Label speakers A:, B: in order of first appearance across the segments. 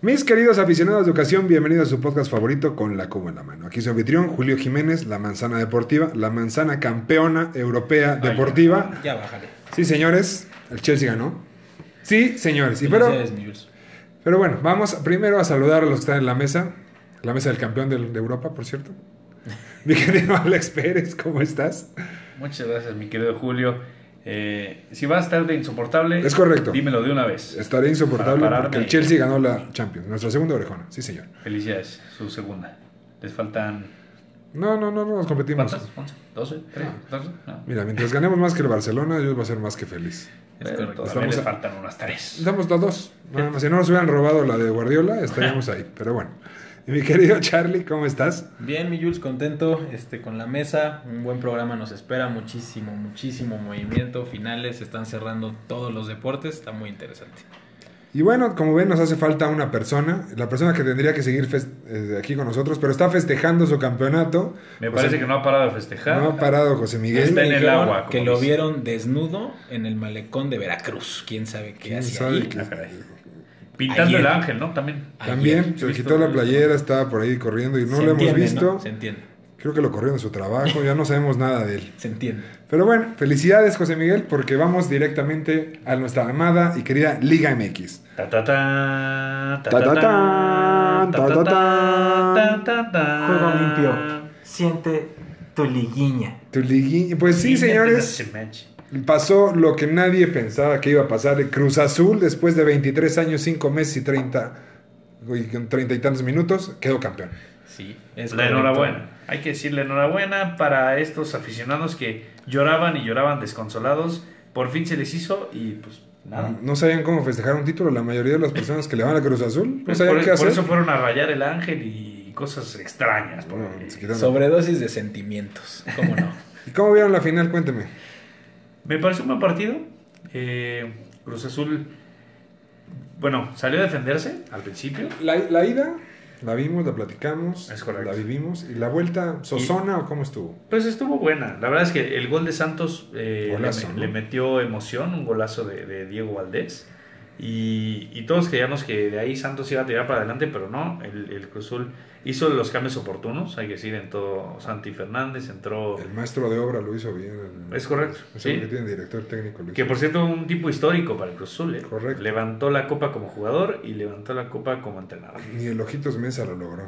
A: Mis queridos aficionados de educación, bienvenidos a su podcast favorito con la cuba en la mano. Aquí su anfitrión, Julio Jiménez, la manzana deportiva, la manzana campeona europea deportiva.
B: Ya bájale.
A: Sí, señores, el Chelsea ganó. Sí, señores. Y pero,
B: Felicidades, mi Jules.
A: pero bueno, vamos primero a saludar a los que están en la mesa. La mesa del campeón del- de Europa, por cierto. Mi querido Alex Pérez, ¿cómo estás?
C: Muchas gracias, mi querido Julio. Eh, si vas tarde insoportable,
A: Es correcto.
C: Dímelo de una vez.
A: Estaré insoportable
C: Para
A: porque
C: pararme.
A: el Chelsea ganó la Champions. Nuestra segunda orejona, sí, señor.
C: Felicidades, su segunda. Les faltan.
A: No, no, no, no nos competimos.
C: ¿Cuántas? ¿11? ¿12? ¿13? ¿14? No.
A: Mira, mientras ganemos más que el Barcelona, yo voy a ser más que feliz.
B: Es
C: Eh,
B: correcto.
C: Todavía
A: Estamos
C: les
A: a-
C: faltan unas tres.
A: Damos las dos. Nada más. Si no nos hubieran robado la de Guardiola, estaríamos ahí. Pero bueno. Y mi querido Charlie, ¿cómo estás?
B: Bien, mi Jules, contento este, con la mesa. Un buen programa nos espera. Muchísimo, muchísimo movimiento. Finales, se están cerrando todos los deportes. Está muy interesante.
A: Y bueno, como ven, nos hace falta una persona. La persona que tendría que seguir fes- eh, aquí con nosotros, pero está festejando su campeonato.
C: Me
A: José-
C: parece que no ha parado de festejar.
A: No ha parado José Miguel.
C: Está en
B: Me
C: el
B: dijeron
C: agua, como
B: Que lo
C: dice.
B: vieron desnudo en el malecón de Veracruz. Quién sabe qué
A: ¿Quién
B: hacía
A: sabe
B: ahí.
A: qué-
C: Ah, caray. Pintando
B: Ayer.
C: el ángel, ¿no? También.
B: Ayer.
A: También se
C: He
A: le
C: visto
A: quitó la
C: varios.
A: playera, estaba por ahí corriendo y no
B: Se
A: lo hemos
B: entiende,
A: visto.
B: ¿no? Se entiende,
A: Creo que lo corrieron de su trabajo, ya no sabemos nada de él.
B: se entiende.
A: Pero bueno, felicidades José Miguel, porque vamos directamente a nuestra amada y querida Liga MX.
C: Ta ta ta, ta ta
A: Ta-ta-tan,
C: ta, ta ta
A: ta-ta-tan.
C: ta, ta ta.
D: Juego limpio. Siente tu liguilla.
A: Tu liguilla. Pues sí,
C: Línea
A: señores,
C: de la Semeche.
A: pasó lo que nadie pensaba que iba a pasar. El Cruz Azul, después de 23 años, 5 meses y 30, y con 30 y tantos minutos, quedó campeón.
B: Sí, es
C: La
B: correcto.
C: enhorabuena. Hay que decirle enhorabuena para estos aficionados que lloraban y lloraban desconsolados. Por fin se les hizo y pues nada.
A: No sabían cómo festejar un título. La mayoría de las personas que le van al Cruz Azul no
C: Pues
A: sabían
C: por,
A: qué
C: por
A: hacer.
C: eso fueron a rayar el ángel y cosas extrañas.
A: Bueno,
C: porque-
A: se quitaron.
B: Sobredosis de sentimientos. ¿Cómo no?
A: ¿Y cómo vieron la final? Cuénteme.
C: Me parece un buen partido. Eh, Cruz Azul, bueno, salió a defenderse al principio.
A: La, la ida la vimos, la platicamos,
C: Es correcto.
A: la vivimos. ¿Y la vuelta, Sosona o cómo estuvo?
C: Pues estuvo buena. La verdad es que el gol de Santos eh,
A: Golazo,
C: le,
A: ¿no?
C: le metió emoción, un golazo de, de Diego Valdés. Y, y todos creíamos que de ahí Santos iba a tirar para adelante, pero no. El, el Cruz Azul hizo los cambios oportunos, hay que decir, entró Santi Fernández, entró...
A: El maestro de obra lo hizo bien. el-
C: Es correcto,
A: Es
C: sí.
A: que tiene director técnico. lo
C: Que
A: hizo
C: por cierto, un tipo histórico para el Cruz Azul. ¿eh?
A: Correcto.
C: Levantó la copa como jugador y levantó la copa como entrenador.
A: Ni el Ojitos Mesa lo logró.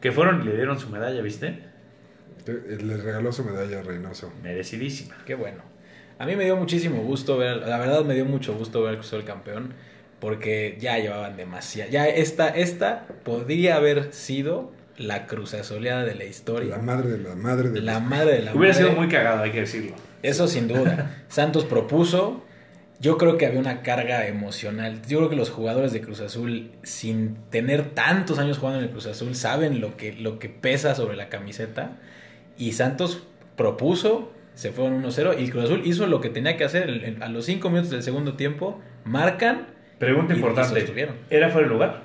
C: Que fueron y le dieron su medalla, ¿viste?
A: Le eh, regaló su medalla a Reynoso.
C: Merecidísima.
B: Qué bueno. A mí me dio muchísimo gusto ver, la verdad me dio mucho gusto ver al Cruz Azul campeón, porque ya llevaban demasiado. Ya esta, esta podría haber sido la Cruz Azuleada de la
A: La
B: historia.
A: madre de la madre de
B: La madre de la
C: Hubiera
B: madre.
C: sido muy cagado, hay que decirlo.
B: Eso sin duda. Santos propuso. Yo creo que había una carga emocional. Yo creo que los jugadores de Cruz Azul, sin tener tantos años jugando en el Cruz Azul, saben lo que, lo que pesa sobre la camiseta. Y Santos propuso, se fueron 1-0 y Cruz Azul hizo lo que tenía que hacer. El- el- A los 5 minutos del segundo tiempo, marcan.
C: Pregunta
B: Y- y
C: importante.
B: sostuvieron.
C: ¿Era fuera de lugar?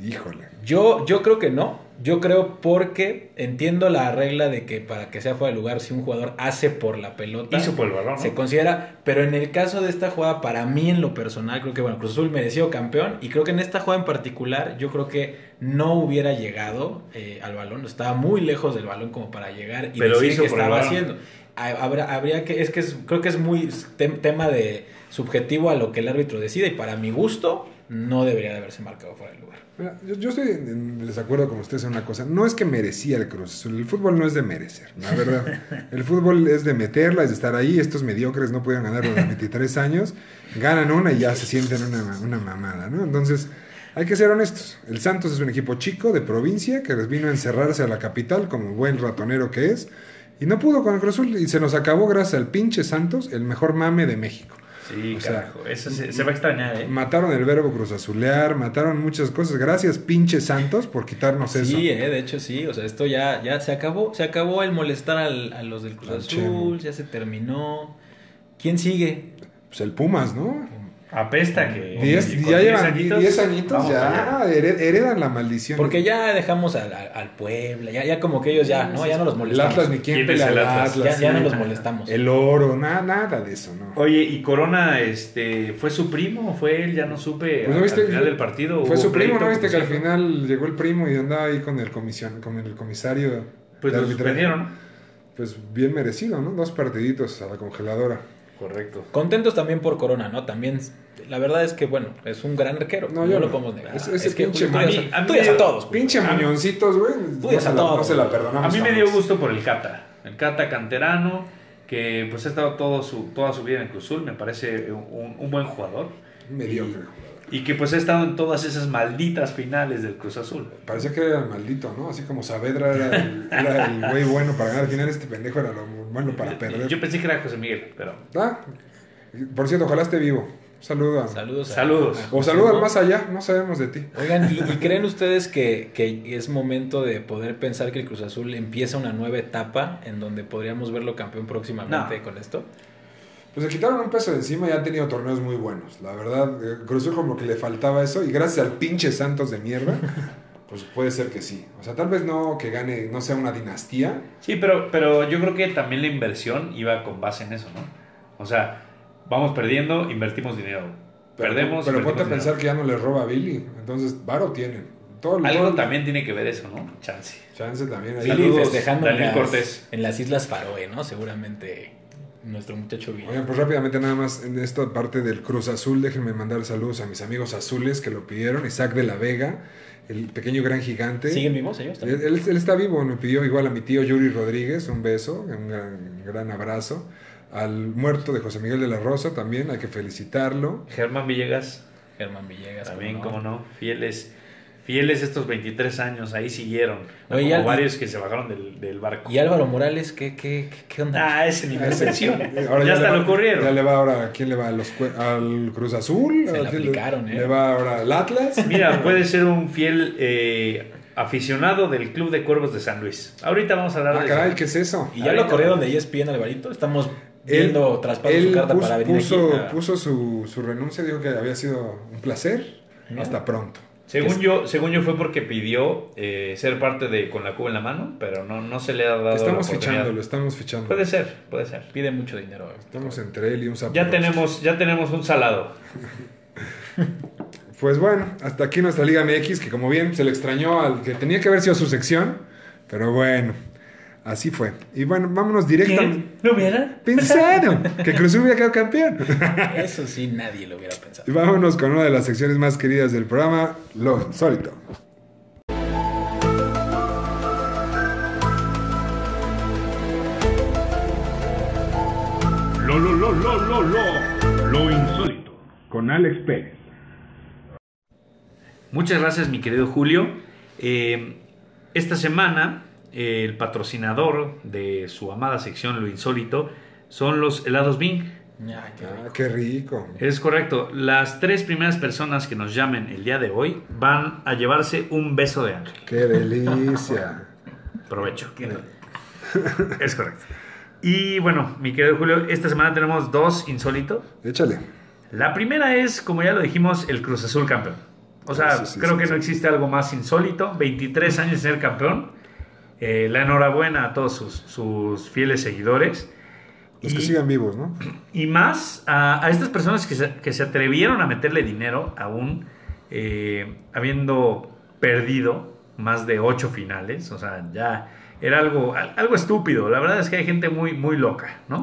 A: Híjole.
B: Yo, yo creo que no. Yo creo porque entiendo la regla de que para que sea fuera de lugar, si un jugador hace por la pelota.
C: Hizo por el balón. ¿no?
B: Se considera, pero en el caso de esta jugada, para mí en lo personal, creo que bueno, Cruz Azul mereció campeón y creo que en esta jugada en particular, yo creo que no hubiera llegado eh, al balón, estaba muy lejos del balón como para llegar y
C: Pero
B: decir
C: hizo
B: que
C: por el
B: estaba
C: balón.
B: haciendo. Ha- Habrá, habría que, es que es- creo que es muy tem- tema de subjetivo a lo que el árbitro decide y para mi gusto no debería de haberse marcado fuera del lugar.
A: Mira, yo, yo estoy en, en desacuerdo con ustedes en una cosa. No es que merecía el Cruz Azul. El fútbol no es de merecer, la verdad. El fútbol es de meterla, es de estar ahí. Estos mediocres no pudieron ganar los 23 años. Ganan una y ya se sienten una, ma- una mamada, ¿no? Entonces, hay que ser honestos. El Santos es un equipo chico de provincia que les vino a encerrarse a la capital como buen ratonero que es. Y no pudo con el Cruz Azul y se nos acabó gracias al pinche Santos, el mejor mame de México.
C: Sí,
A: O sea,
C: carajo. Eso se, se va a extrañar, ¿eh?
A: Mataron el verbo cruzazulear, mataron muchas cosas. Gracias, pinches santos, por quitarnos eso.
B: Sí, eh, de hecho sí, o sea, esto ya, ya se acabó, se acabó el molestar al- a los del Cruz
A: Al
B: Azul,
A: Chemo.
B: ya se terminó. ¿Quién sigue?
A: Pues el Pumas, ¿no?
C: Apesta que.
A: Diez-
C: que Eh, con
A: ya
C: diez
A: llevan
C: añitos,
A: 10 añitos,
C: vamos
A: ya
C: allá.
A: hered- heredan la maldición.
B: Porque ya dejamos al, al- al Puebla, ya, ya como que ellos ya, no, ya no los
A: El Atlas
B: molestamos.
A: ni quién
C: ¿Quién
A: pelea
C: es el
A: al
C: Atlas?
A: Atlas,
B: Ya, ya no
A: sí.
B: los molestamos.
A: El oro, nada, nada de eso, ¿no?
C: Oye, ¿y Corona este, fue su primo? ¿Fue él? Ya no supe.
A: Pues, ¿no
C: al-
A: viste?
C: al final del partido.
A: Fue
C: hubo
A: su primo,
C: pleito pues,
A: ¿no? Viste
C: con
A: que al
C: su hijo?
A: final llegó el primo y andaba ahí con el comisión, con el comisario.
C: Pues
A: de
C: lo
A: arbitraje.
C: suspendieron.
A: Pues bien merecido, ¿no? Dos partiditos a la congeladora.
C: Correcto.
B: Contentos también por Corona, ¿no? También, la verdad es que, bueno, es un gran arquero.
A: No,
B: No,
A: yo
B: lo
A: no.
B: podemos negar.
A: Ese- ese
B: que
A: pinche
B: Julio, tú
C: Mami,
B: ya
C: a mí
B: tú ya
C: me-
B: a todos. Julio.
A: Pinche
C: a mí-
A: muñoncitos, güey.
B: Uy,
A: No,
B: a
A: se la-
B: todos.
A: no se la perdonamos.
C: ah, A mí me dio
A: jamás.
C: gusto por el Cata. El Cata canterano, que pues ha estado todo su, toda su vida en el Cruzul. Me parece un, un buen jugador.
A: Mediocre.
C: Y que pues ha estado en todas esas malditas finales del Cruz Azul.
A: Parecía que era el maldito, ¿no? Así como Saavedra era el, era el güey bueno para ganar. Al final este pendejo era lo bueno para perder.
C: Yo pensé que era José Miguel, pero.
A: Ah, por cierto, ojalá esté vivo. Un saludo. a-
B: Saludos. a-
C: Saludos.
B: a-
A: O saludo al más allá, no sabemos de ti.
B: Oigan, ¿y, y creen ustedes que, que es momento de poder pensar que el Cruz Azul empieza una nueva etapa en donde podríamos verlo campeón próximamente
C: No.
B: con esto?
A: Pues le quitaron un peso de encima y han tenido torneos muy buenos. La verdad, eh, Cruz Azul como que le faltaba eso. Y gracias al pinche Santos de mierda, pues puede ser que sí. O sea, tal vez no que gane, no sea una dinastía.
C: Sí, pero, pero yo creo que también la inversión iba con base en eso, ¿no? O sea, vamos perdiendo, invertimos dinero.
A: Pero,
C: Perdemos.
A: Pero
C: invertimos
A: ponte a pensar
C: dinero.
A: que ya no le roba a Billy. Entonces, varo tienen. Todo lo-
C: Algo
A: todo-
C: también tiene que ver eso, ¿no? Chance.
A: Chance también. ahí.
C: Billy.
B: Billy
C: Saludos,
B: festejando en
C: Daniel
B: las,
C: Cortés.
B: en las Islas Faroe, ¿no? Seguramente nuestro muchacho Billy.
A: Oigan, pues rápidamente nada más en esta parte del Cruz Azul, déjenme mandar saludos a mis amigos azules que lo pidieron, Isaac de la Vega, el pequeño gran gigante.
B: ¿Siguen vivos ellos
A: Él,
B: también?
A: él- él está vivo, me pidió igual a mi tío Yuri Rodríguez un beso, un gran, gran abrazo. Al muerto de José Miguel de la Rosa también, hay que felicitarlo.
C: Germán Villegas,
A: eh.
B: Germán Villegas.
C: también,
B: ¿cómo
C: como
B: no?
C: no, fieles. Fieles estos 23 años, ahí siguieron. ¿no?
B: Oye,
C: Como
B: Al-
C: varios que se bajaron del, del barco.
B: ¿Y Álvaro Morales qué, qué, qué, qué onda?
C: Ah, ese nivel de tensión.
A: Ahora
C: ya
A: le
C: hasta
A: va-
C: lo ocurrieron.
A: Ya le va ahora, ¿a quién le va? ¿A los, cue- ¿Al Cruz Azul?
B: Se
A: ¿A
B: la
A: quién le-
B: aplicaron, ¿eh?
A: ¿Le va ahora al Atlas?
C: Mira, puede ser un fiel eh, aficionado del Club de Cuervos de San Luis. Ahorita vamos a hablar
A: Ah,
C: de
A: caray,
C: eso.
A: ¿qué es eso?
B: ¿Y ya
C: ahorita-
B: lo corrieron de E ESPN Alvarito? Estamos
A: Él-
B: viendo traspasar
A: él
B: su carta
A: puso,
B: para venir
A: puso,
B: aquí.
A: puso su, su renuncia, dijo que había sido un placer. Hasta pronto.
C: Según yo, según yo fue porque pidió eh, ser parte de Con la Cuba en la mano, pero no, no se le ha dado.
A: estamos
C: la oportunidad.
A: fichando, lo estamos fichando.
C: Puede ser, puede ser.
B: Pide mucho dinero. eh.
A: Estamos entre él y un sapo.
C: Ya tenemos, ya tenemos un salado.
A: Pues bueno, hasta aquí nuestra Liga MX, que como bien se le extrañó al que tenía que haber sido su sección, pero bueno, así fue. Y bueno, vámonos directamente.
B: ¿Lo hubiera?
A: Pensaron que Cruz Azul hubiera quedado campeón.
B: Eso sí, nadie lo hubiera pensado.
A: Y vámonos con una de las secciones más queridas del programa, Lo Insólito.
E: Lo, lo, lo, lo, lo, lo, lo insólito. Con Alex Pérez.
C: Muchas gracias, mi querido Julio. Eh, esta semana, eh, el patrocinador de su amada sección Lo Insólito son los helados Bing.
B: Ay, qué
A: Ah,
B: rico.
A: qué rico.
C: Es correcto. Las tres primeras personas que nos llamen el día de hoy van a llevarse un beso de ángel.
A: Qué delicia.
C: Provecho. Es correcto. Y bueno, mi querido Julio, esta semana tenemos dos insólitos.
A: Échale.
C: La primera es, como ya lo dijimos, el Cruz Azul campeón. O sea,
A: Sí, sí,
C: creo
A: sí,
C: que
A: sí.
C: no existe algo más insólito. 23 años de ser campeón. Eh, la enhorabuena a todos sus, sus fieles seguidores.
A: Los
C: Y-
A: que sigan vivos, ¿no?
C: y más a, a estas personas que se, que se atrevieron a meterle dinero aún eh, habiendo perdido más de ocho finales. O sea, ya era algo, al- algo estúpido. La verdad es que hay gente muy, muy loca, ¿no?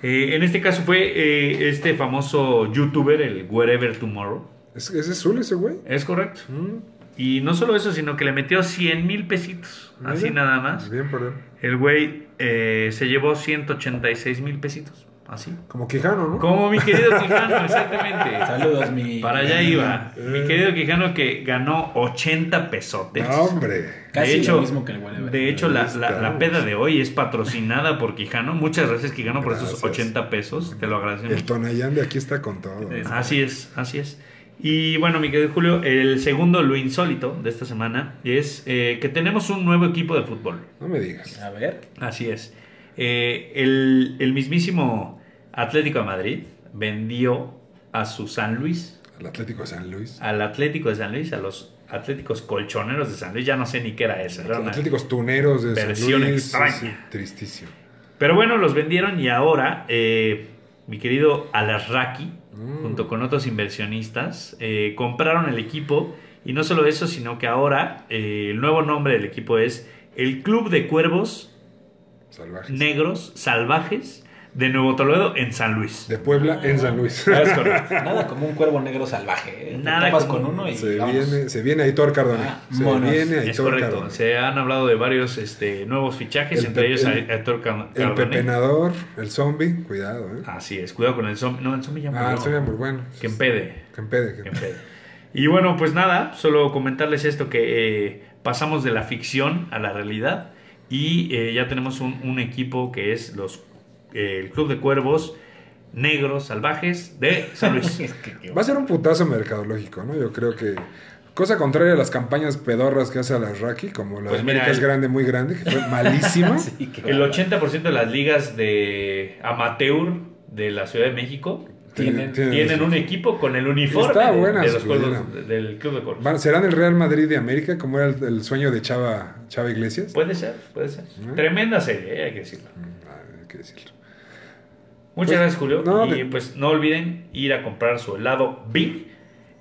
C: Eh, en este caso fue eh, este famoso youtuber, el Wherever Tomorrow.
A: ¿Es, es azul ese güey?
C: Es correcto.
A: Mm,
C: Y no solo eso, sino que le metió 100 mil pesitos. Así
A: mira.
C: nada más.
A: Bien por él.
C: El güey eh, se llevó 186 mil pesitos. Así.
A: Como Quijano, ¿no?
C: Como mi querido Quijano, exactamente.
B: Saludos, mi.
C: Para allá
B: mi-
A: Eh.
C: iba. Mi querido Quijano que ganó 80 pesotes.
A: No, hombre.
B: Casi
C: de
B: lo
C: hecho,
B: mismo que el Whatever.
C: de hecho la, la- la
A: Estamos.
C: peda de hoy es patrocinada por Quijano. Muchas gracias, Quijano, por esos
A: Gracias.
C: 80 pesos. Te lo agradecemos.
A: El Tonayán de aquí está con todo. ¿no?
C: Así es, así es. Y bueno, mi querido Julio, el segundo, lo insólito de esta semana, es eh, que tenemos un nuevo equipo de fútbol.
A: No me digas.
B: A ver.
C: Así es. Eh, el, el mismísimo Atlético de Madrid vendió a su San Luis,
A: Al Atlético de San Luis.
C: al Atlético de San Luis, a los Atléticos Colchoneros de San Luis, ya no sé ni qué era eso. era
A: Los
C: una-
A: Atléticos Tuneros de San
C: Versión
A: Luis.
C: extraña.
A: tristísimo.
C: Pero bueno, los vendieron y ahora eh, mi querido Alarraqui,
A: Mm.
C: junto con otros inversionistas, eh, compraron el equipo y no solo eso, sino que ahora eh, el nuevo nombre del equipo es el Club de Cuervos
A: Salvajes.
C: Negros Salvajes de Nuevo Toledo en San Luis.
A: de Puebla en San Luis.
C: Ah, es correcto.
B: Nada como un cuervo negro salvaje. ¿eh? Te
C: Nada
B: tapas
C: como-
B: con uno y
A: Se
B: vamos.
A: viene, se viene Aitor Cardona.
B: Ah,
A: se
B: monos.
A: viene
C: Es
A: Aitor
C: correcto.
A: Cardona.
C: Se han hablado de varios este, nuevos fichajes,
A: El
C: entre
A: Pepe-
C: ellos
A: el-
C: Héctor Car-
A: El
C: Cardone. Ah,
A: pepenador, el zombie, cuidado, ¿eh?
C: Así es, cuidado con el zombie. No, el zombie ya
A: Ah, el zombie
C: murió.
A: muy bueno.
C: Que empede.
A: Que empede, que
C: En fe. Y bueno, pues nada, solo comentarles esto que eh, pasamos de la ficción a la realidad y eh, ya tenemos un, un equipo que es los eh, el Club de Cuervos Negros Salvajes de San Luis.
B: Es que- que-
A: Va a ser un putazo mercadológico, ¿no? Yo creo que. Cosa contraria a las campañas pedorras que hace a las Raki, como la
C: Pues
A: de
C: mira,
A: América es
C: el-
A: grande, muy grande, que fue malísima.
B: Sí, que-
C: El 80% de las ligas de amateur de la Ciudad de México
B: Tienen-
C: tienen un equipo con el uniforme
A: Está
C: de-
A: buena
C: de
A: su
C: los cuervos,
A: playera.
C: del Club de Cuervos.
A: Van- ¿Serán el Real Madrid de América, como era el, el sueño de Chava, Chava Iglesias?
C: Puede ser, puede ser.
A: ¿Mm?
C: Tremenda serie, eh, hay que decirlo.
A: Ah, hay que decirlo. Pues,
C: Muchas gracias, Julio.
A: no, de-
C: y pues no olviden ir a comprar su helado Big.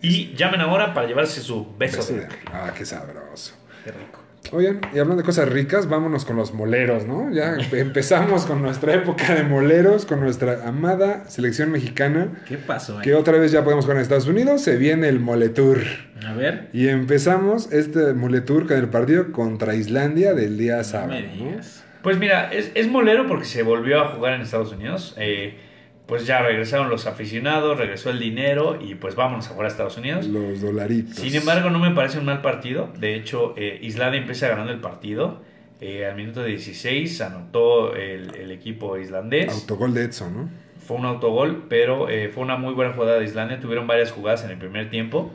C: Y llamen ahora para llevarse su beso.
A: Beso
C: de...
A: de- Ah, qué sabroso.
C: Qué rico.
A: Oigan, y hablando de cosas ricas, vámonos con los moleros, ¿no? Ya empezamos con nuestra época de moleros, con nuestra amada selección mexicana,
B: ¿Qué pasó ahí?
A: que otra vez ya podemos jugar en Estados Unidos. Se viene el Moletour.
B: A ver.
A: Y empezamos este Moletour con el partido contra Islandia del día
B: No
A: sábado.
B: me
A: ¿no?
B: digas.
C: Pues mira, es, es molero porque se volvió a jugar en Estados Unidos. Eh, pues ya regresaron los aficionados, regresó el dinero y pues vámonos a jugar a Estados Unidos.
A: Los dolaritos.
C: Sin embargo, no me parece un mal partido. De hecho, eh, Islandia empieza ganando el partido. Eh, al minuto 16 anotó el, el equipo islandés.
A: Autogol de Edson, ¿no?
C: Fue un autogol, pero eh, fue una muy buena jugada de Islandia. Tuvieron varias jugadas en el primer tiempo.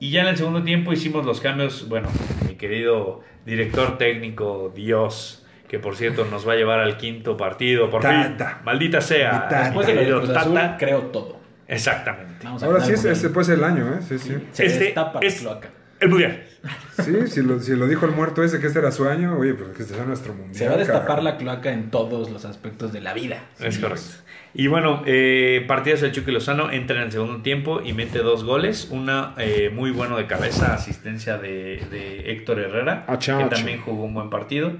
C: Y ya en el segundo tiempo hicimos los cambios. Bueno, mi querido director técnico, Dios, que por cierto nos va a llevar al quinto partido, por fin.
A: Tata.
C: Maldita sea.
A: Mi Tata.
C: Después
B: Después
C: de
B: de
C: que
B: lo de
C: dio
B: Cruz Azul,
C: Tata.
B: creo todo.
C: Exactamente.
B: Vamos a
A: Ahora
B: ganar
A: sí,
B: el
A: es-
B: Mundial.
A: este puede ser el año, ¿eh? Sí, sí.
B: Se
C: Este
B: destapa la
C: es-
B: cloaca.
C: El mundial.
A: Sí, si lo, si lo dijo el muerto ese que este era su año, oye, pues que este sea nuestro mundial.
B: Se va a destapar
A: carajo.
B: la cloaca en todos los aspectos de la vida.
C: Es correcto. Y bueno, eh, partidas del Chucky Lozano entra en el segundo tiempo y mete dos goles. Una eh, muy bueno de cabeza, asistencia de, de Héctor Herrera,
A: Achá,
C: que
A: achá.
C: también jugó un buen partido.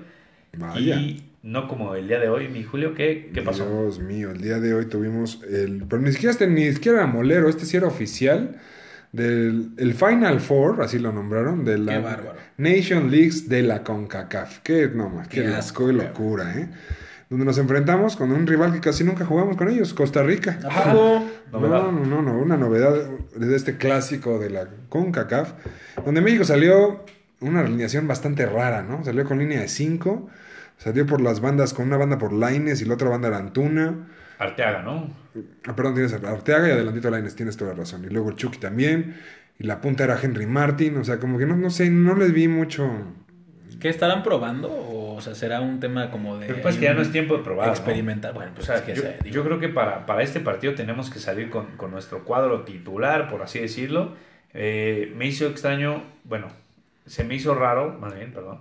A: Vaya.
C: Y no como el día de hoy, mi Julio, ¿qué, qué pasó?
A: Dios mío, el día de hoy tuvimos el. Pero ni siquiera este, ni siquiera era molero, este sí era oficial. Del el Final Four, así lo nombraron, de
B: Qué
A: la
B: bárbaro.
A: Nation Leagues de la CONCACAF. Qué no más, qué,
B: Qué
A: asco
B: asco,
A: y
B: cabrón.
A: locura, ¿eh? Donde nos enfrentamos con un rival que casi nunca jugamos con ellos, Costa Rica.
B: ¿A poco?
A: Ah, No,
C: Novedad.
A: no, no, no, una novedad de este clásico de la CONCACAF, donde México salió una alineación bastante rara, ¿no? Salió con línea de 5, salió por las bandas, con una banda por Laines y la otra banda era Antuna.
C: Arteaga, ¿no?
A: Ah, perdón, tienes a Arteaga y adelantito a Laines, tienes toda la razón. Y luego el Chucky también, y la punta era Henry Martin, o sea, como que no, no sé, no les vi mucho.
B: ¿Qué estarán probando? O, sea, será un tema como de.
C: Pero pues que ya no es tiempo de probar. ¿no?
B: Eh, Experimentar. Bueno,
C: O
B: pues
C: sea,
B: es que
C: yo,
B: se-
C: yo creo que para, para este partido tenemos que salir con, con nuestro cuadro titular, por así decirlo. Eh, me hizo extraño, bueno, se me hizo raro, más bien, perdón,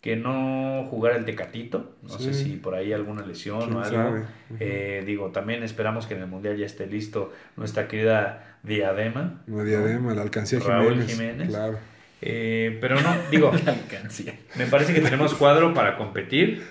C: que no jugara el Tecatito. No sé
A: Sí.
C: si por ahí alguna lesión
A: ¿Quién
C: o algo.
A: sabe? Ujú.
C: Eh, digo, también esperamos que en el Mundial ya esté listo nuestra querida Diadema.
A: La diadema, la alcancía
C: Raúl
A: Jiménez.
C: Jiménez.
A: Claro.
C: Eh, pero no, digo,
B: La alcancía.
C: me parece que tenemos cuadro para competir.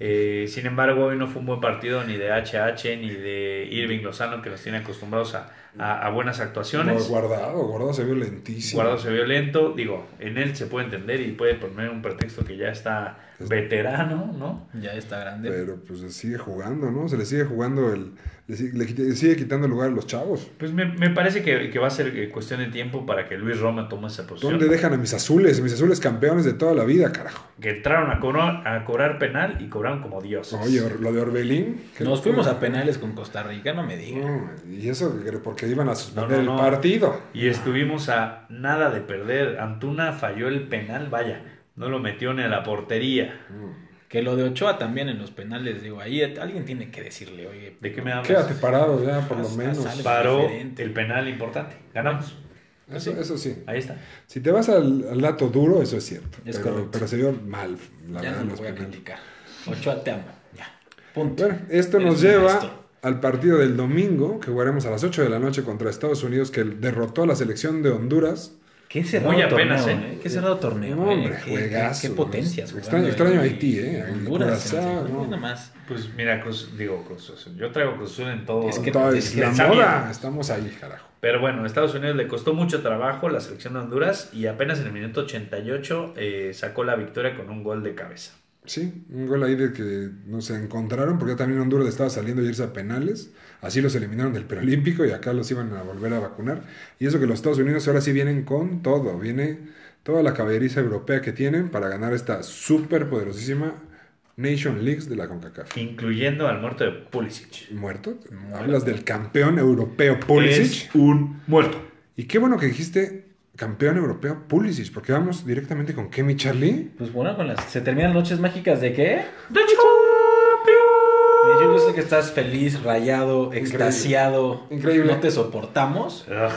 C: Eh, sin embargo, hoy no fue un buen partido ni de HH ni de Irving Lozano, que nos tiene acostumbrados a, a- a buenas
A: No,
C: actuaciones.
A: guardado, guardado se vio lentísimo.
C: Guardado se vio lento. Digo, en él se puede entender y puede poner un pretexto que ya está veterano, ¿no?
B: Ya está grande.
A: Pero pues se sigue jugando, ¿no? Se le sigue jugando el. Le, si- le quita- le sigue quitando el lugar a los chavos.
C: Pues me, me parece que, que va a ser eh, cuestión de tiempo para que Luis Roma tome esa posición.
A: ¿Dónde dejan a mis azules? Mis azules campeones de toda la vida, carajo.
C: Que entraron a cobrar, a cobrar penal y cobraron como Dios.
A: Oye, or- lo de Orbelín. qué
B: Nos fuimos a
A: locura.
B: penales con Costa Rica, no me digas.
A: No, y eso que- porque iban a suspender
C: No, no, no.
A: el partido.
C: Y estuvimos a nada de perder. Antuna falló el penal, vaya, no lo metió ni a la portería.
B: Que lo de Ochoa también en los penales, digo, ahí alguien tiene que decirle, oye,
C: ¿De qué me hablas?
A: Quédate parado ya, por lo
B: Haz- haz
A: menos.
B: algo.
C: Paró
B: Diferente.
C: el penal importante. Ganamos.
A: Eso, eso sí.
C: Ahí está.
A: Si te vas al, al dato duro, eso es cierto.
B: Es
A: pero,
B: correcto.
A: pero se vio mal, la
B: ya
A: verdad,
B: no lo
A: los
B: voy a
A: penales.
B: criticar. Ochoa, te amo. Ya. Punto.
A: Bueno, esto
B: Eres
A: nos
B: un
A: lleva
B: maestro.
A: al partido del domingo, que jugaremos a las 8 de la noche contra Estados Unidos, que derrotó a la selección de Honduras.
B: Qué cerrado
C: Muy apenas,
B: torneo,
C: ¿eh?
B: ¿eh? Qué cerrado torneo.
A: No,
B: ¿eh?
A: hombre,
B: Qué-
A: juegazo,
B: Qué, qué potencias.
A: ¿no?
B: jugando
A: Extraño- extraño
B: ahí.
A: Haití, ¿eh?
B: Honduras. se nos
A: Curazao,
B: dejó
A: ¿no?
B: nada más.
C: Pues mira, Cruz, digo Cruz Azul. Yo traigo Cruz Azul en todo.
B: Es que-
A: Entonces,
B: es
A: la
C: sabía.
A: moda, estamos ahí, carajo.
C: Pero bueno, a Estados Unidos le costó mucho trabajo la selección de Honduras y apenas en el minuto 88 eh, sacó la victoria con un gol de cabeza.
A: Sí, un gol ahí de que no se encontraron, porque ya también Honduras le estaba saliendo a irse a penales. Así los eliminaron del preolímpico y acá los iban a volver a vacunar. Y eso que los Estados Unidos ahora sí vienen con todo. Viene toda la caballeriza europea que tienen para ganar esta súper poderosísima Nation Leagues de la CONCACAF.
C: Incluyendo al muerto de Pulisic.
A: ¿Muerto? Hablas del campeón europeo Pulisic.
C: Es un muerto.
A: Y qué bueno que dijiste campeón europeo Pulisic, porque vamos directamente con Kemi Charlie.
B: Pues bueno, con las, se terminan noches mágicas de qué? ¡De Yo yo sé que estás feliz, rayado, extasiado.
A: Increíble.
B: No te soportamos.
C: Ugh.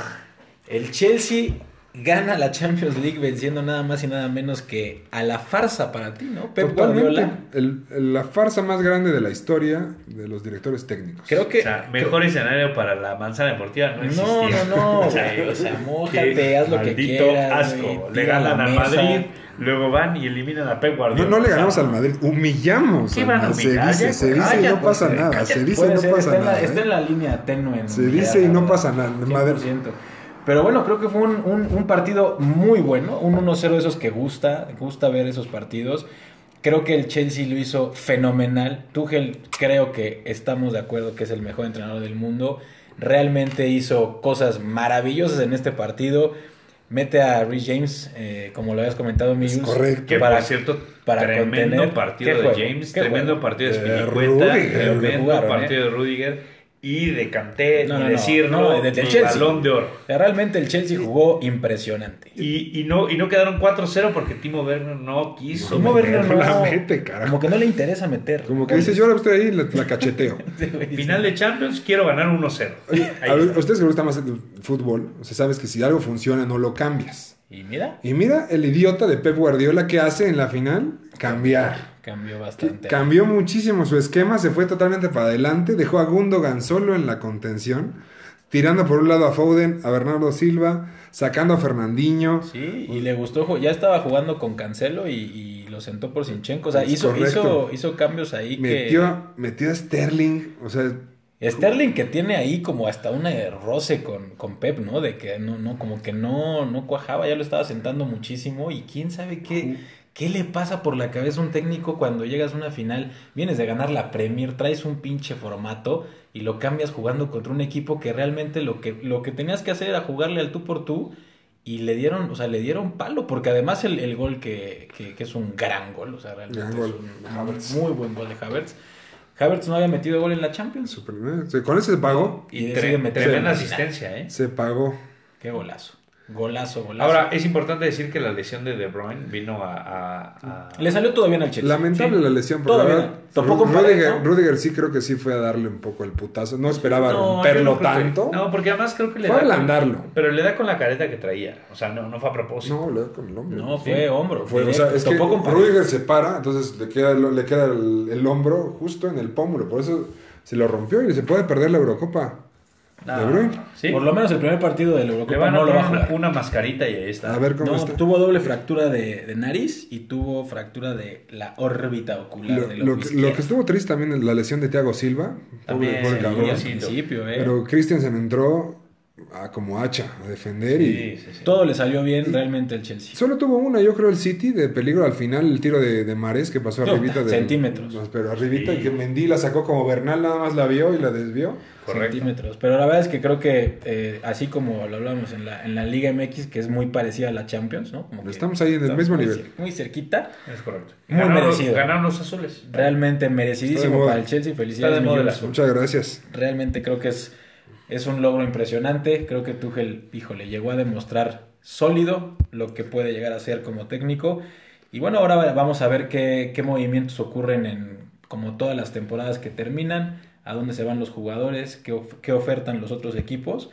B: El Chelsea gana la Champions League venciendo nada más y nada menos que a la farsa para ti, ¿no? Pep Guardiola.
A: El- el- la farsa más grande de la historia de los directores técnicos.
B: Creo que.
C: O sea, mejor escenario para la manzana deportiva no existía.
B: No, no, no,
C: O sea,
B: güey. O sea,
C: qué
B: mójate, haz lo que
C: maldito
B: quieras.
C: asco.
B: güey,
C: Le
B: tira la
C: ganan al
B: mesa.
C: Madrid, luego van y eliminan a Pep Guardiola.
A: no, no le ganamos
C: O sea,
A: al Madrid, humillamos.
C: ¿Qué
A: al
C: van a
A: Madrid. se
C: humillar?
A: dice,
C: Ya,
A: se dice y no
B: pues,
C: cállate,
A: pasa
C: güey,
A: nada.
C: cállate.
A: Se dice
B: eh, Puede
A: y no
B: ser,
A: pasa
B: está, en la,
A: nada.
B: está en
A: ¿eh?
B: la línea tenue. en
A: Se
B: realidad,
A: dice y
B: la
A: no
B: verdad.
A: pasa nada, madre.
B: 100%. Pero bueno, creo que fue un, un- un partido muy bueno, un 1-0 de esos que gusta, gusta ver esos partidos. Creo que el Chelsea lo hizo fenomenal. Tuchel creo que estamos de acuerdo que es el mejor entrenador del mundo. Realmente hizo cosas maravillosas en este partido. Mete a Rhys James, eh, como lo habías comentado, mi
A: correcto.
C: Que
B: para
C: por cierto,
B: para
C: tremendo
B: contener-
C: partido
B: ¿Qué
C: de
B: juego?
C: James,
B: ¿Qué
C: tremendo
B: juego?
C: partido de
A: De
C: Spilicueta,
A: Rudiger,
C: tremendo
B: jugaron,
A: ¿eh?
C: partido de Rudiger y de Canté,
B: No,
C: ni
B: no, no,
C: decirlo,
B: no, de- del
C: ni
B: Chelsea.
C: balón de oro.
B: Realmente el Chelsea jugó impresionante.
C: Y, y no, y no quedaron 4-0 porque Timo Werner no quiso.
B: Timo
C: meter.
B: Werner
A: no la mete, carajo.
B: Como que no le interesa meter.
A: Como que dice, yo ahora usted ahí la, la cacheteo.
C: Final de Champions, quiero ganar 1-0. Ahí
A: A, ver,
C: está.
A: a ustedes que les gusta más el fútbol, o sea, sabes que si algo funciona no lo cambias.
B: Y mira,
A: Y mira el idiota de Pep Guardiola que hace en la final cambiar.
B: cambió bastante.
A: Cambió muchísimo su esquema, se fue totalmente para adelante, dejó a Gundogan solo en la contención, tirando por un lado a Foden, a Bernardo Silva, sacando a Fernandinho.
B: Sí, y le gustó. ju- Ya estaba jugando con Cancelo y, y lo sentó por Sinchenko. O sea,
A: Es
B: hizo,
A: correcto.
B: hizo, hizo cambios ahí que.
A: Metió, metió a Sterling, o sea,
B: Sterling que tiene ahí como hasta un eh, roce con, con Pep, ¿no? De que no, no, como que no, no cuajaba, ya lo estaba sentando muchísimo. Y quién sabe qué, qué le pasa por la cabeza a un técnico cuando llegas a una final, vienes de ganar la Premier, traes un pinche formato y lo cambias jugando contra un equipo que realmente lo que, lo que tenías que hacer era jugarle al tú por tú. Y le dieron, o sea, le dieron palo, porque además el, el gol que, que- que es un gran gol, o sea, realmente
A: Gran
B: es
A: gol,
B: un
A: Havertz.
B: muy buen gol de Havertz. Havertz no había metido gol en la Champions.
A: super- eh, se- con eso se pagó,
C: Y,
B: y
C: tre-
B: decide meter
C: tremenda
B: el-
C: asistencia, ¿eh?
A: se pagó.
B: Qué golazo. Golazo, golazo.
C: Ahora, es importante decir que la lesión de De Bruyne vino a... a- a-
B: le salió todo bien al Chelsea.
A: Lamentable
B: Sí.
A: la lesión, porque la
B: Todavía
A: verdad,
B: no. Tampoco
A: Ru-
B: parece,
A: Rudiger,
B: ¿no?
A: Rudiger sí creo que sí fue a darle un poco el putazo, no esperaba
C: No, yo
A: romperlo
C: no creo que-
A: tanto.
C: no, porque además creo que le
A: Fue
C: da...
A: ablandarlo.
C: Pero le da con la careta que traía. O sea, no, no fue a propósito.
A: No, le da con el hombro.
B: No, fue hombro.
A: Fue, o sea,
B: directo.
A: es que
B: Topó con pared.
A: Rudiger se para, entonces le queda, el, le queda el, el hombro justo en el pómulo. Por eso se lo rompió y se puede perder la Eurocopa.
C: No,
A: de Bruyne.
C: ¿sí?
B: Por lo menos el primer partido del
C: Le
B: Eurocopa
C: van a
B: no lo va a
C: poner una,
B: jugar.
C: una mascarita y ahí está.
A: A ver cómo
B: No,
A: está.
B: tuvo doble fractura de, de nariz y tuvo fractura de la órbita ocular
A: Lo,
B: del
A: lo
B: ojo
A: que,
B: izquierdo.
A: lo que estuvo triste también es la lesión de Thiago Silva. Pobre-
C: También,
A: pobre
C: sí,
A: cabrón.
B: Sí, al principio, eh.
A: Pero Christensen entró a- como hacha a defender
C: Sí, sí, sí.
B: Todo le salió bien realmente al
A: y
B: Chelsea.
A: solo tuvo una, yo creo, el City de peligro al final, el tiro de, de Mares que pasó
B: No,
A: arribita. del-
B: centímetros.
A: no, Pero arribita
C: Sí.
A: y que Mendy la sacó como Bernal, nada más la vio y la desvió.
C: Correcto.
B: centímetros. Pero la verdad es que creo que, eh, así como lo hablamos en la, en la Liga MX, que es muy parecida a la Champions, ¿no? Como que
A: Estamos ahí en el
B: estamos
A: mismo
B: muy
A: nivel.
B: cer- Muy cerquita.
C: Es correcto.
B: Muy
C: ganaron, los-
B: merecido.
C: Ganaron los azules.
B: Realmente
A: Está de
B: merecidísimo
A: moda.
B: para el Chelsea.
C: Está
B: Felicidades,
C: de
B: mi
C: moda el
B: Jules.
C: azul.
A: Muchas gracias.
B: Realmente creo que es, es un logro impresionante. Creo que Tuchel, híjole, llegó a demostrar sólido lo que puede llegar a ser como técnico. Y bueno, ahora vamos a ver qué, qué movimientos ocurren en como todas las temporadas que terminan, a dónde se van los jugadores, qué, of- qué ofertan los otros equipos.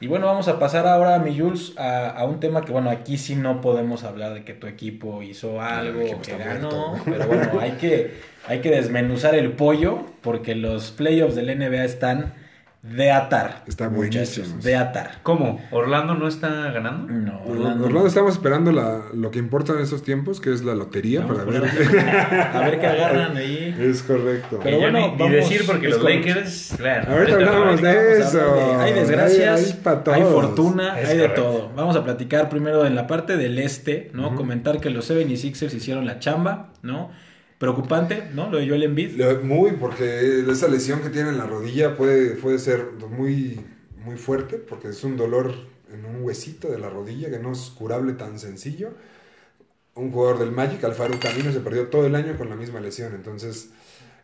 B: Y bueno, vamos a pasar ahora, mi Jules, a, a un tema que, bueno, aquí sí no podemos hablar de que tu equipo hizo algo,
A: equipo
B: que
A: está
B: ganó,
A: muerto, ¿no?
B: pero bueno, hay que, hay que desmenuzar el pollo porque los playoffs del NBA están de atar.
A: Está
B: muchachos,
A: buenísimos.
B: De atar.
C: ¿Cómo? ¿Orlando no está ganando?
A: Mm.
B: No,
A: Orlando, estamos esperando la- lo que importa en estos tiempos, que es la lotería,
B: Vamos
A: para
B: por
A: ver.
B: la- A ver qué agarran ahí.
A: Es correcto.
B: Pero
C: Y ya
B: bueno,
C: ni- ni
B: vamos,
C: decir porque
B: es
C: los
B: correcto.
C: Lakers. claro,
A: Ahorita
C: vete a la
A: hablamos
C: verga.
A: de
B: Vamos a hablar
A: Eso.
B: de- hay desgracias,
A: Hay- hay pa'
B: hay
A: todos.
B: fortuna,
C: Es
B: hay de
C: correcto.
B: todo. Vamos a platicar primero en la parte del este, ¿no? Comentar que los 76ers hicieron la chamba, ¿no? Preocupante, ¿no? Lo de Joel Embiid.
A: Lo- Muy, porque esa lesión que tiene en la rodilla puede, puede ser muy, muy fuerte, porque es un dolor en un huesito de la rodilla que no es curable tan sencillo. Un jugador del Magic, Alfaro Camino, se perdió todo el año con la misma lesión, entonces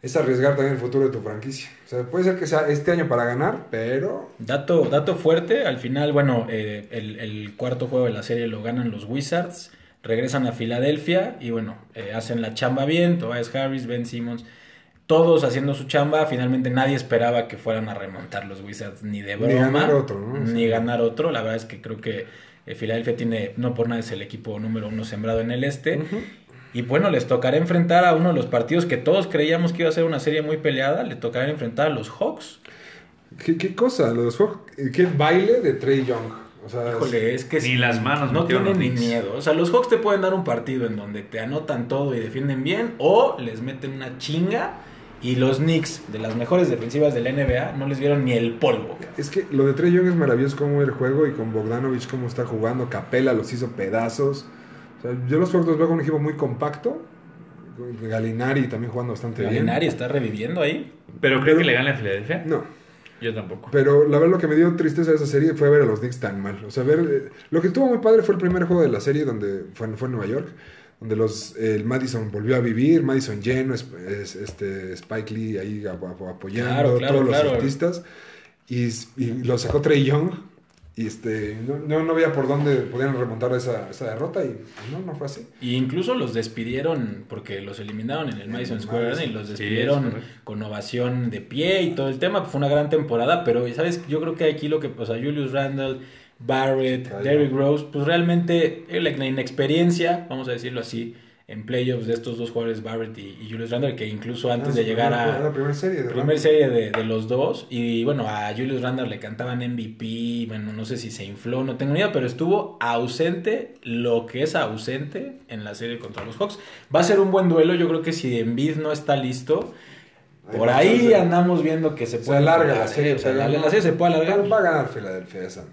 A: es arriesgar también el futuro de tu franquicia. O sea, puede ser que sea este año para ganar, pero
B: Dato, dato fuerte, al final, bueno, eh, el, el cuarto juego de la serie lo ganan los Wizards, regresan a Filadelfia y bueno, eh, hacen la chamba bien, Tobias Harris, Ben Simmons, todos haciendo su chamba, finalmente nadie esperaba que fueran a remontar los Wizards ni de
A: Ni
B: broma.
A: ganar otro, ¿no?
B: Ni
A: Sí.
B: ganar otro, la verdad es que creo que eh, Filadelfia tiene, no por nada es el equipo número uno sembrado en el este. Y bueno, les tocará enfrentar a uno de los partidos que todos creíamos que iba a ser una serie muy peleada, le tocará enfrentar a los Hawks.
A: ¿qué, qué cosa? Los Hawks- qué baile de Trey Young. O sea,
B: Híjole, es que
C: Ni las manos
B: no
C: metieron
B: tienen ni
C: los Knicks.
B: miedo. O sea, los Hawks te pueden dar un partido en donde te anotan todo y defienden bien, o les meten una chinga. Y los Knicks, de las mejores defensivas de la NBA, no les vieron ni el polvo. cabrón.
A: Es que lo de Trey Young es maravilloso como el juego y con Bogdanovich cómo está jugando, Capela los hizo pedazos. O sea, yo los Hawks los veo como un equipo muy compacto. Galinari también jugando bastante
B: Gallinari está reviviendo ahí.
C: ¿Pero creo que le gana a Filadelfia?
A: bien. No,
C: Yo tampoco.
A: pero la verdad lo que me dio tristeza de esa serie fue ver a los Knicks tan mal. O sea, ver eh, lo que estuvo muy padre fue el primer juego de la serie donde fue, en- fue en Nueva York, donde los el Madison volvió a vivir, Madison lleno, es- es- este Spike Lee ahí ap- ap- apoyando,
B: Claro, claro,
A: todos
B: claro.
A: los artistas y, s- y lo sacó Trey Young y este no, no, no veía por dónde podían remontar esa, esa derrota y pues, no no fue así.
B: Y incluso los despidieron porque los eliminaron en el Madison Square Garden y los
C: Sí,
B: despidieron
C: es correcto.
B: con ovación de pie y todo el tema. Fue una gran temporada, pero sabes, yo creo que aquí lo que, o sea, Julius Randle, Barrett,
A: Claro.
B: Derrick Rose, pues realmente eh, la la inexperiencia, vamos a decirlo así, en playoffs de estos dos jugadores, Barrett y, y Julius Randle, que incluso antes
A: Ah,
B: de llegar
A: la,
B: a
A: primera serie, de
B: primer serie de, de los dos, y bueno, a Julius Randle le cantaban MVP, bueno, no sé si se infló, no tengo ni idea, pero estuvo ausente, lo que es ausente en la serie contra los Hawks. Va a ser un buen duelo, yo creo que si Embiid no está listo,
A: Hay
B: por
A: más
B: ahí
A: chance.
B: andamos viendo que se
A: eh, Se
B: puede
A: alarga
B: alargar,
A: la serie.
B: o sea,
A: pero
B: la,
A: no-
B: la serie se puede alargar.
A: pero Va a ganar Filadelfia esa.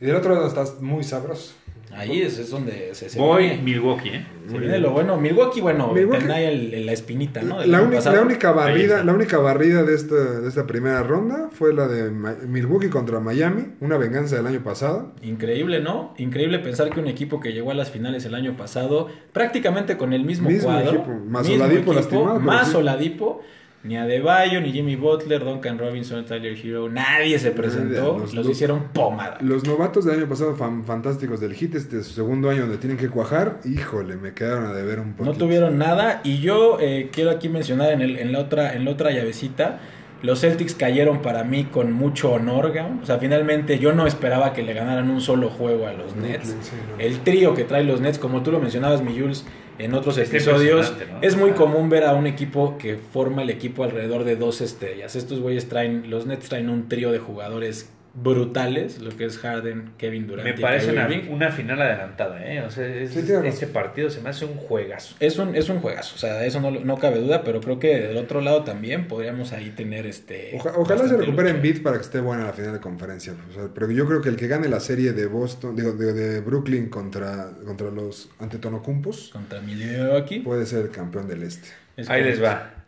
A: Y del otro lado estás muy sabroso.
B: Ahí es, es donde se, se
C: Voy
B: viene,
C: Milwaukee, ¿eh?
B: se viene lo bueno. Milwaukee, bueno,
A: Milwaukee-
B: tendrá el- el- la espinita, ¿no? Del
A: La,
B: año
A: única-
B: pasado.
A: la única
C: Ahí
A: barrida,
C: está.
A: la única barrida de esta, de esta primera ronda fue la de Ma- Milwaukee contra Miami, una venganza del año pasado.
B: Increíble, ¿no? Increíble pensar que un equipo que llegó a las finales el año pasado, prácticamente con el mismo,
A: Mismo
B: cuadro,
A: equipo, más Oladipo lastimado, pero
B: más
A: sí.
B: Oladipo, ni Adebayo, ni Jimmy Butler, Duncan Robinson, Tyler Hero, nadie se presentó,
A: Nadie, los-
B: los,
A: los-
B: hicieron pomada.
A: Los novatos del año pasado fan- fantásticos del hit, este su segundo año donde tienen que cuajar, híjole, me quedaron a deber un poquito.
B: No tuvieron nada y yo eh, quiero aquí mencionar en, el- en la otra, en la otra llavecita, los Celtics cayeron para mí con mucho honor, Gam. o sea, finalmente yo no esperaba que le ganaran un solo juego a los
A: No,
B: Nets.
A: sí, no.
B: El trío que trae los Nets, como tú lo mencionabas, mi Jules, en otros
C: Está
B: episodios,
C: impresionante, ¿no?
B: es muy
C: Ah.
B: común ver a un equipo que forma el equipo alrededor de dos estrellas. Estos güeyes traen, los Nets traen un trío de jugadores brutales, lo que es Harden, Kevin Durant
C: Me
B: y
C: parece
B: Kyrie
C: una,
B: Irving.
C: una final adelantada, ¿eh? O sea, es-
A: Sí, tienes
C: este partido se me hace un juegazo.
B: Es un, es un juegazo, o sea, eso no, no cabe duda, pero creo que del otro lado también podríamos ahí tener este...
A: Oja- ojalá se
B: bastante
A: recupere en
B: lucha.
A: beat para que esté buena la final de conferencia. O sea, pero yo creo que el que gane la serie de Boston, digo, de, de Brooklyn contra, contra los Antetonocumpos,
B: Contra Milwaukee.
A: puede ser el campeón del este.
B: Es
C: Ahí les
B: correcto.
C: va.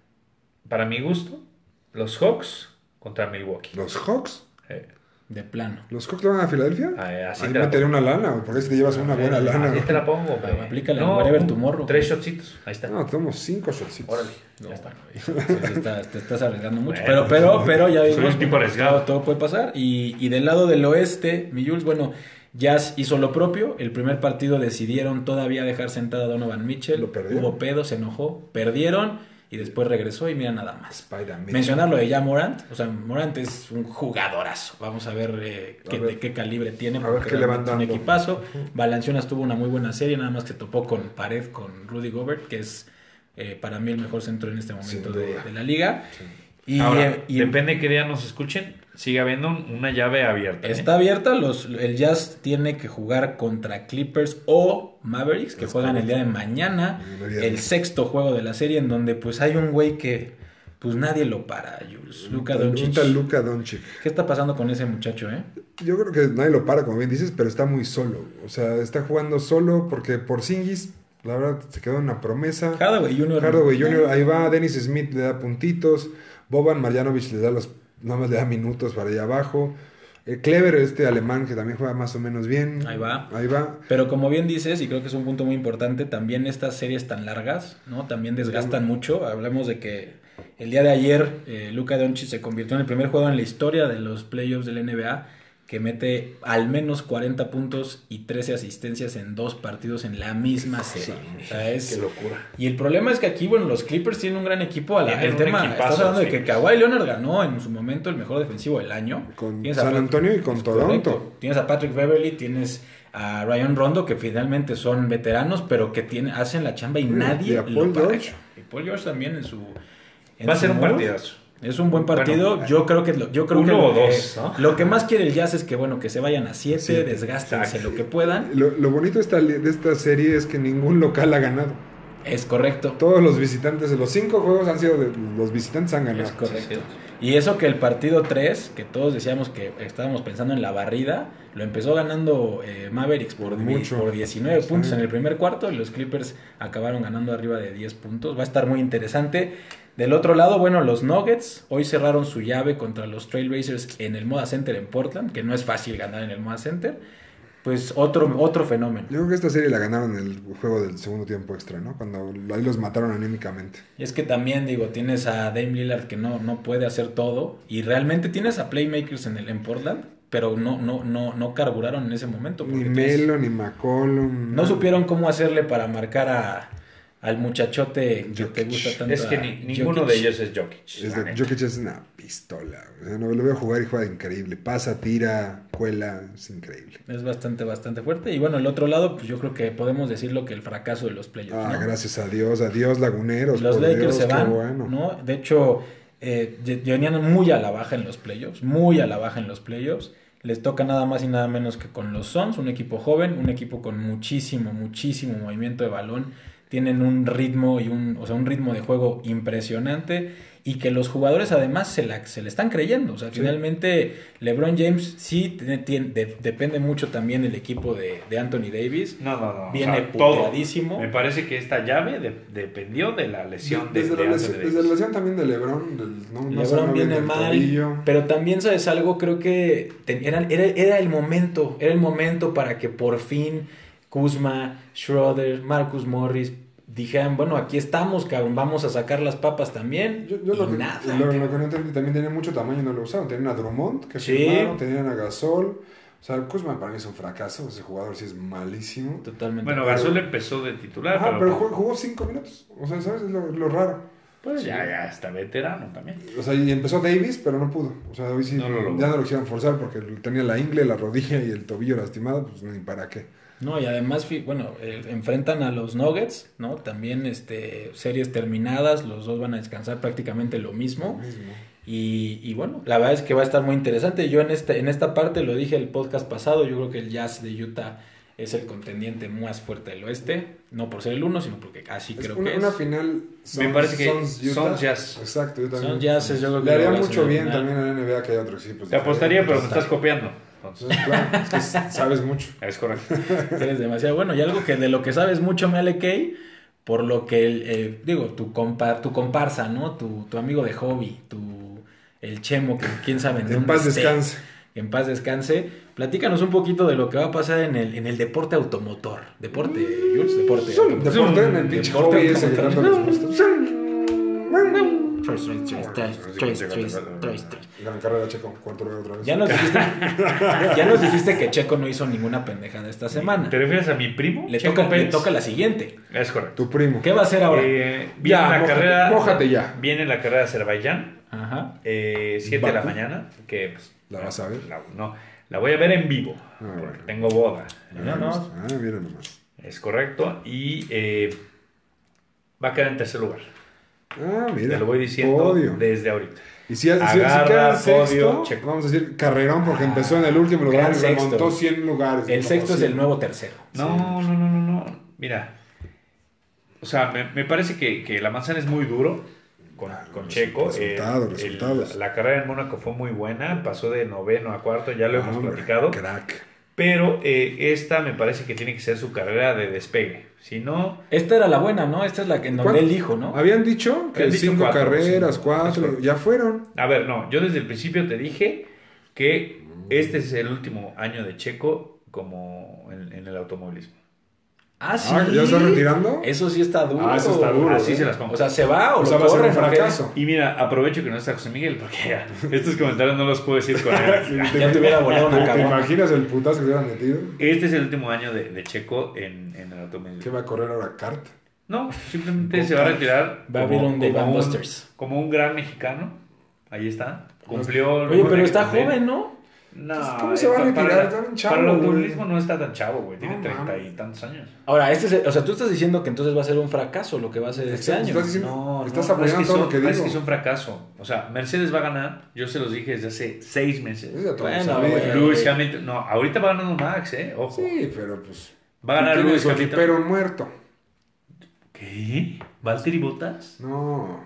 C: Para mi gusto, los Hawks contra Milwaukee.
A: Los Hawks
C: Eh,
B: De plano.
A: ¿Los Hawks le van a Filadelfia?
C: Ahí, así
A: Ahí
C: te la
A: meteré una lana, güey, porque si te llevas una buena lana.
C: Así
A: güey.
C: te la pongo, güey.
B: Aplícale al wherever tomorrow.
C: Tres shotcitos. Ahí está.
A: No, tomamos cinco shotcitos.
C: Órale.
B: No,
C: ya está.
B: bueno, sí está- te estás arriesgando mucho.
C: Bueno,
B: pero, pero, pero ya
C: soy
B: vimos.
C: un tipo arriesgado.
B: Todo, todo puede pasar. Y, y del lado del oeste, mi Jules, bueno, Jazz hizo lo propio. El primer partido decidieron todavía dejar sentada a Donovan Mitchell.
A: Lo perdieron.
B: Hubo pedo, se enojó, perdieron y después regresó y mira nada más.
A: Spider-Man.
B: Mencionar lo de ya Morant. O sea, Morant es un jugadorazo. Vamos a ver, eh,
A: A
B: qué,
A: ver.
B: de qué calibre tiene.
A: A ver
B: porque
A: qué le van
B: realmente es un
A: dando.
B: equipazo. Valenciunas tuvo una muy buena serie, nada más que topó con pared con Rudy Gobert, que es eh, para mí el mejor centro en este momento
A: Sin
B: de,
A: duda.
B: de la liga.
A: Sí.
B: Y,
C: Ahora,
B: eh, y
C: depende qué día nos escuchen, sigue habiendo un- una llave abierta. ¿eh?
B: está abierta. Los, el Jazz tiene que jugar contra Clippers o Mavericks, que
A: Es
B: juegan el día de mañana.
A: El día de-
B: El sexto juego de la serie, en donde pues hay un güey que pues nadie lo para, Jules. Luka
A: Un
B: Doncic.
A: tal Luka Doncic.
B: ¿Qué está pasando con ese muchacho, eh?
A: Yo creo que nadie lo para, como bien dices, pero está muy solo. O sea, está jugando solo porque por Singis, la verdad, se quedó una promesa.
B: Hardaway Jr.
A: Hardaway Jr. ahí va, Dennis Smith le da puntitos, Boban Marjanovic le da los, nada más le da minutos para allá abajo. Eh, Clever, este alemán que también juega más o menos bien.
B: Ahí va.
A: Ahí va.
B: Pero como bien dices, y creo que es un punto muy importante, también estas series tan largas, ¿no? También desgastan mucho. Hablamos de que el día de ayer eh, Luka Doncic se convirtió en el primer jugador en la historia de los playoffs del NBA que mete al menos 40 puntos y 13 asistencias en dos partidos en la misma serie. O sea, es-
C: locura.
B: Y el problema es que aquí, bueno, los Clippers tienen un gran equipo. A la-
C: Tienen
B: el
C: un
B: tema,
C: equipazo
B: estás hablando
C: los
B: de que
C: Clippers.
B: Kawhi Leonard ganó en su momento el mejor defensivo del año.
A: Con
B: Tienes a
A: San
B: Pat-
A: Antonio y con
B: es
A: Toronto.
B: correcto. Tienes a Patrick Beverly, tienes a Ryan Rondo, que finalmente son veteranos, pero que tienen, hacen la chamba y
A: Mm, y
B: nadie
A: a
B: lo
A: Paul
B: para.
A: George.
B: Y Paul George también en su... en
C: Va a
B: su
C: ser un
B: mood.
C: partidazo.
B: Es un buen partido. yo creo que lo, yo creo
C: uno
B: que lo
C: o
B: que-
C: dos, ¿no?
B: lo que más quiere el Jazz es que bueno que se vayan a siete,
A: Siete,
B: desgástense
C: exacto.
B: lo que puedan.
A: Lo, lo bonito de esta, li- de esta serie es que ningún local ha ganado.
B: Es correcto.
A: Todos los visitantes, los cinco juegos han sido de los visitantes han ganado.
B: Es correcto.
C: cierto.
B: Y eso que el partido 3, que todos decíamos que estábamos pensando en la barrida, lo empezó ganando eh, Mavericks por,
A: Por
B: di-
A: mucho.
B: por 19
A: Sí.
B: puntos en el primer cuarto y los Clippers acabaron ganando arriba de 10 puntos. Va a estar muy interesante. Del otro lado, bueno, los Nuggets hoy cerraron su llave contra los Trailblazers en el Moda Center en Portland, que no es fácil ganar en el Moda Center. Pues otro, otro fenómeno.
A: Yo creo que esta serie la ganaron en el juego del segundo tiempo extra, ¿no? Cuando ahí los mataron anímicamente.
B: Y es que también, digo, tienes a Dame Lillard que no, no puede hacer todo. Y realmente tienes a Playmakers en, el, en Portland, pero no, no, no, no carburaron en ese momento.
A: Ni
B: porque tienes-
A: Melo, ni McCollum.
B: No supieron cómo hacerle para marcar a, al muchachote que te
A: Jokic.
B: gusta tanto.
C: Es que
B: a
C: ni- ninguno
B: Jokic.
C: de ellos es Jokic.
A: Es
C: la
A: de-
C: neta.
A: Jokic es una pistola. O sea, no, lo veo jugar y juega increíble. Pasa, tira, cuela. Es increíble.
B: Es bastante, bastante fuerte. Y bueno, el otro lado, pues yo creo que podemos decirlo que el fracaso de los playoffs.
A: Ah,
B: ¿no?
A: gracias a Dios. Adiós, laguneros.
B: Los
A: Pues por
B: Lakers
A: Dios,
B: se
A: qué
B: van,
A: bueno.
B: ¿no? De hecho, eh, ye- venían muy a la baja en los playoffs, muy a la baja en los playoffs. Les toca nada más y nada menos que con los Suns, un equipo joven, un equipo con muchísimo, muchísimo movimiento de balón. Tienen un ritmo y un, o sea, un ritmo de juego impresionante y que los jugadores además se la, se le están creyendo. O sea,
A: Sí.
B: finalmente LeBron James sí tiene- tiene- de- depende mucho también el equipo de, de Anthony Davis.
C: No, no, no.
B: Viene
C: todo.
B: puteadísimo.
C: Me parece que esta llave de- dependió de la lesión de,
A: Desde,
C: de
A: la
C: Anthony
A: lesión,
C: Davis.
A: desde la lesión también de LeBron. del- no- no
B: LeBron
A: sonó bien
B: viene
A: el
B: mal,
A: tobillo.
B: pero también sabes algo, creo que ten- era, era, era el momento, era el momento para que por fin Kuzma, Schroeder, Marcus Morris dijeran, bueno, aquí estamos, cabrón, vamos a sacar las papas también.
A: Yo, yo
B: Y
A: lo, que,
B: nada,
A: lo-
B: cabrón.
A: lo que no entendí también tenían mucho tamaño y no lo usaron. Tenían a Drummond, que
B: Sí.
A: firmaron, tenían a Gasol. O sea, Kuzma para mí es un fracaso. Ese jugador sí es malísimo.
B: Totalmente.
C: Bueno, Gasol empezó de titular,
A: Ajá, pero
C: pero,
A: jugó, jugó cinco minutos. O sea, ¿sabes? Es lo, lo raro.
C: pues ya, ya está veterano también.
A: O sea, y empezó Davis, pero no pudo. O sea, hoy sí
C: No lo logró.
A: ya no lo quisieron forzar porque tenía la ingle, la rodilla y el tobillo lastimado, pues ni para qué.
B: No, y además, fi- bueno, eh, enfrentan a los Nuggets, ¿no? También este, series terminadas, los dos van a descansar prácticamente lo mismo.
A: Mismo.
B: Y, y bueno, la verdad es que va a estar muy interesante. Yo en, este, en esta parte lo dije el podcast pasado, yo creo que el Jazz de Utah es el contendiente más fuerte del oeste, no por ser el uno, sino porque así
A: Es
B: creo
A: una,
B: que
A: una
B: es.
A: final.
C: parece que
A: Suns-Utah.
C: Suns Jazz.
A: Exacto, yo también.
B: Son Jazz, es yo creo que
A: Le haría
B: lo va a
A: mucho bien
B: solucionar.
A: también a la NBA que haya otros equipos.
C: Te apostaría, pero pues, me
A: diferentes.
C: estás copiando. Entonces,
A: Entonces, claro, es que sabes mucho.
C: es correcto.
B: Eres demasiado bueno. Y algo que de lo que sabes mucho, me Kay, por lo que, el, eh, digo, tu, compa, tu comparsa, ¿no? Tu, tu amigo de hobby, tu, el chemo, que quién sabe en
A: En
B: dónde
A: paz
B: esté.
A: descanse.
B: En paz descanse. Platícanos un poquito de lo que va a pasar en el, en el deporte automotor. Deporte, Jules, deporte. automotor.
A: Deporte en el pinche
B: Deporte
A: hobby ese
B: automotor.
A: que tanto les gusta.
D: Tres, tres, tres, tres, tres, tres, tres, tres.
A: Gran carrera, Checo. ¿Cuánto luego otra vez?
B: Ya nos, dijiste, ya nos dijiste que Checo no hizo ninguna pendejada esta semana.
C: ¿Te refieres a mi primo?
B: Le
C: Checo
B: toca, le
C: Pérez?
B: toca la siguiente.
C: Es correcto.
A: Tu primo.
B: ¿Qué va a hacer ahora?
C: Eh, viene
A: Ya,
C: la
A: mójate,
C: carrera.
A: mójate ya.
C: Viene la carrera de Azerbaiyán.
B: Ajá.
C: 7 de la
A: Bakú.
C: mañana, que pues,
A: ¿La vas a ver?
C: la- no, la voy a ver en vivo, porque
A: bueno.
C: tengo boda.
A: Ah, Ah, mira nomás.
C: Es correcto, y eh, va a quedar en tercer lugar.
A: Ah, mira.
C: Te lo voy diciendo
A: Podio.
C: desde ahorita.
A: Y si, si- si
C: Agarra,
A: queda en sexto,
C: podio, Ah, Checo.
A: vamos a decir carrerón porque empezó en el último lugar
B: queda
A: y
B: en sexto.
A: remontó 100 lugares.
B: El
A: Como
B: sexto es el
A: 100.
B: nuevo tercero.
C: No, no, no, no, no. Mira, o sea, me, me parece que, que la manzana es muy duro con, con Checo. eh,
A: resultado,
C: el-
A: Ah, resultados.
C: la carrera en Mónaco fue muy buena, pasó de noveno a cuarto, ya lo hemos
A: Ah, Hombre,
C: platicado.
A: Crack.
C: Pero eh, esta me parece que tiene que ser su carrera de despegue. Si no,
B: Esta era la buena, ¿no? Esta es la que en donde
A: ¿Cuál?
B: él dijo, ¿no?
A: Habían dicho que
C: Habían dicho
A: cinco
C: cuatro,
A: carreras,
C: cinco. Es
A: cuatro,
C: correcto.
A: ya fueron.
C: a ver, no, yo desde el principio te dije que
A: Mm.
C: este es el último año de Checo como en, en el automovilismo.
B: Ah, sí.
A: Ah, ¿ya está retirando?
B: Eso sí está duro.
A: Ah, eso está duro,
C: Así ¿eh? se las pongo.
B: O sea, se va o,
A: O sea,
B: lo
A: va a ser
B: corren,
A: un
B: porque-
A: fracaso.
C: Y mira, aprovecho que no está José Miguel, porque ya, estos comentarios no los puedo decir con él. aquí.
B: Ya te hubiera volado una
A: ¿Te- ¿Te
B: caguama.
A: imaginas el putazo que hubieran metido?
C: Este es el último año de, de Checo en, en el
A: ¿Qué
C: automovilismo.
A: va a correr ahora Cart?
C: No, simplemente se va a retirar
B: Va a haber un Dave and Buster's.
C: como un gran mexicano. Ahí está. Cumplió. lo
B: Oye,
C: que
B: pero está
C: tenía.
B: joven, ¿no?
C: No, eh,
A: ¿Cómo se va a
C: para-
A: retirar?
C: para-
A: Está bien chavo,
C: Para el
A: güey.
C: automovilismo no está tan chavo, güey. Tiene
A: No,
C: treinta y
A: mames.
C: tantos años.
B: Ahora, este es el- o sea, tú estás diciendo que entonces va a ser un fracaso lo que va a ser este
A: Exacto,
B: año.
A: estás diciendo-
C: No,
A: Estás
C: no, no, es
A: apoyando
C: que
A: todo
C: son-
A: lo que
C: no, es
A: digo.
C: que es un fracaso. O sea, Mercedes va a ganar. Yo se los dije desde hace seis
A: Eso
C: meses.
A: ya todo
B: Bueno,
A: lo sabía.
B: güey.
C: Lewis Hamilton. No, ahorita va ganando Max, ¿eh? Ojo.
A: Sí, pero pues.
C: Va a ganar
A: tiene
C: Lewis
A: su
C: Hamilton.
A: equipero muerto.
C: ¿Qué? ¿Valtteri Bottas?
A: No,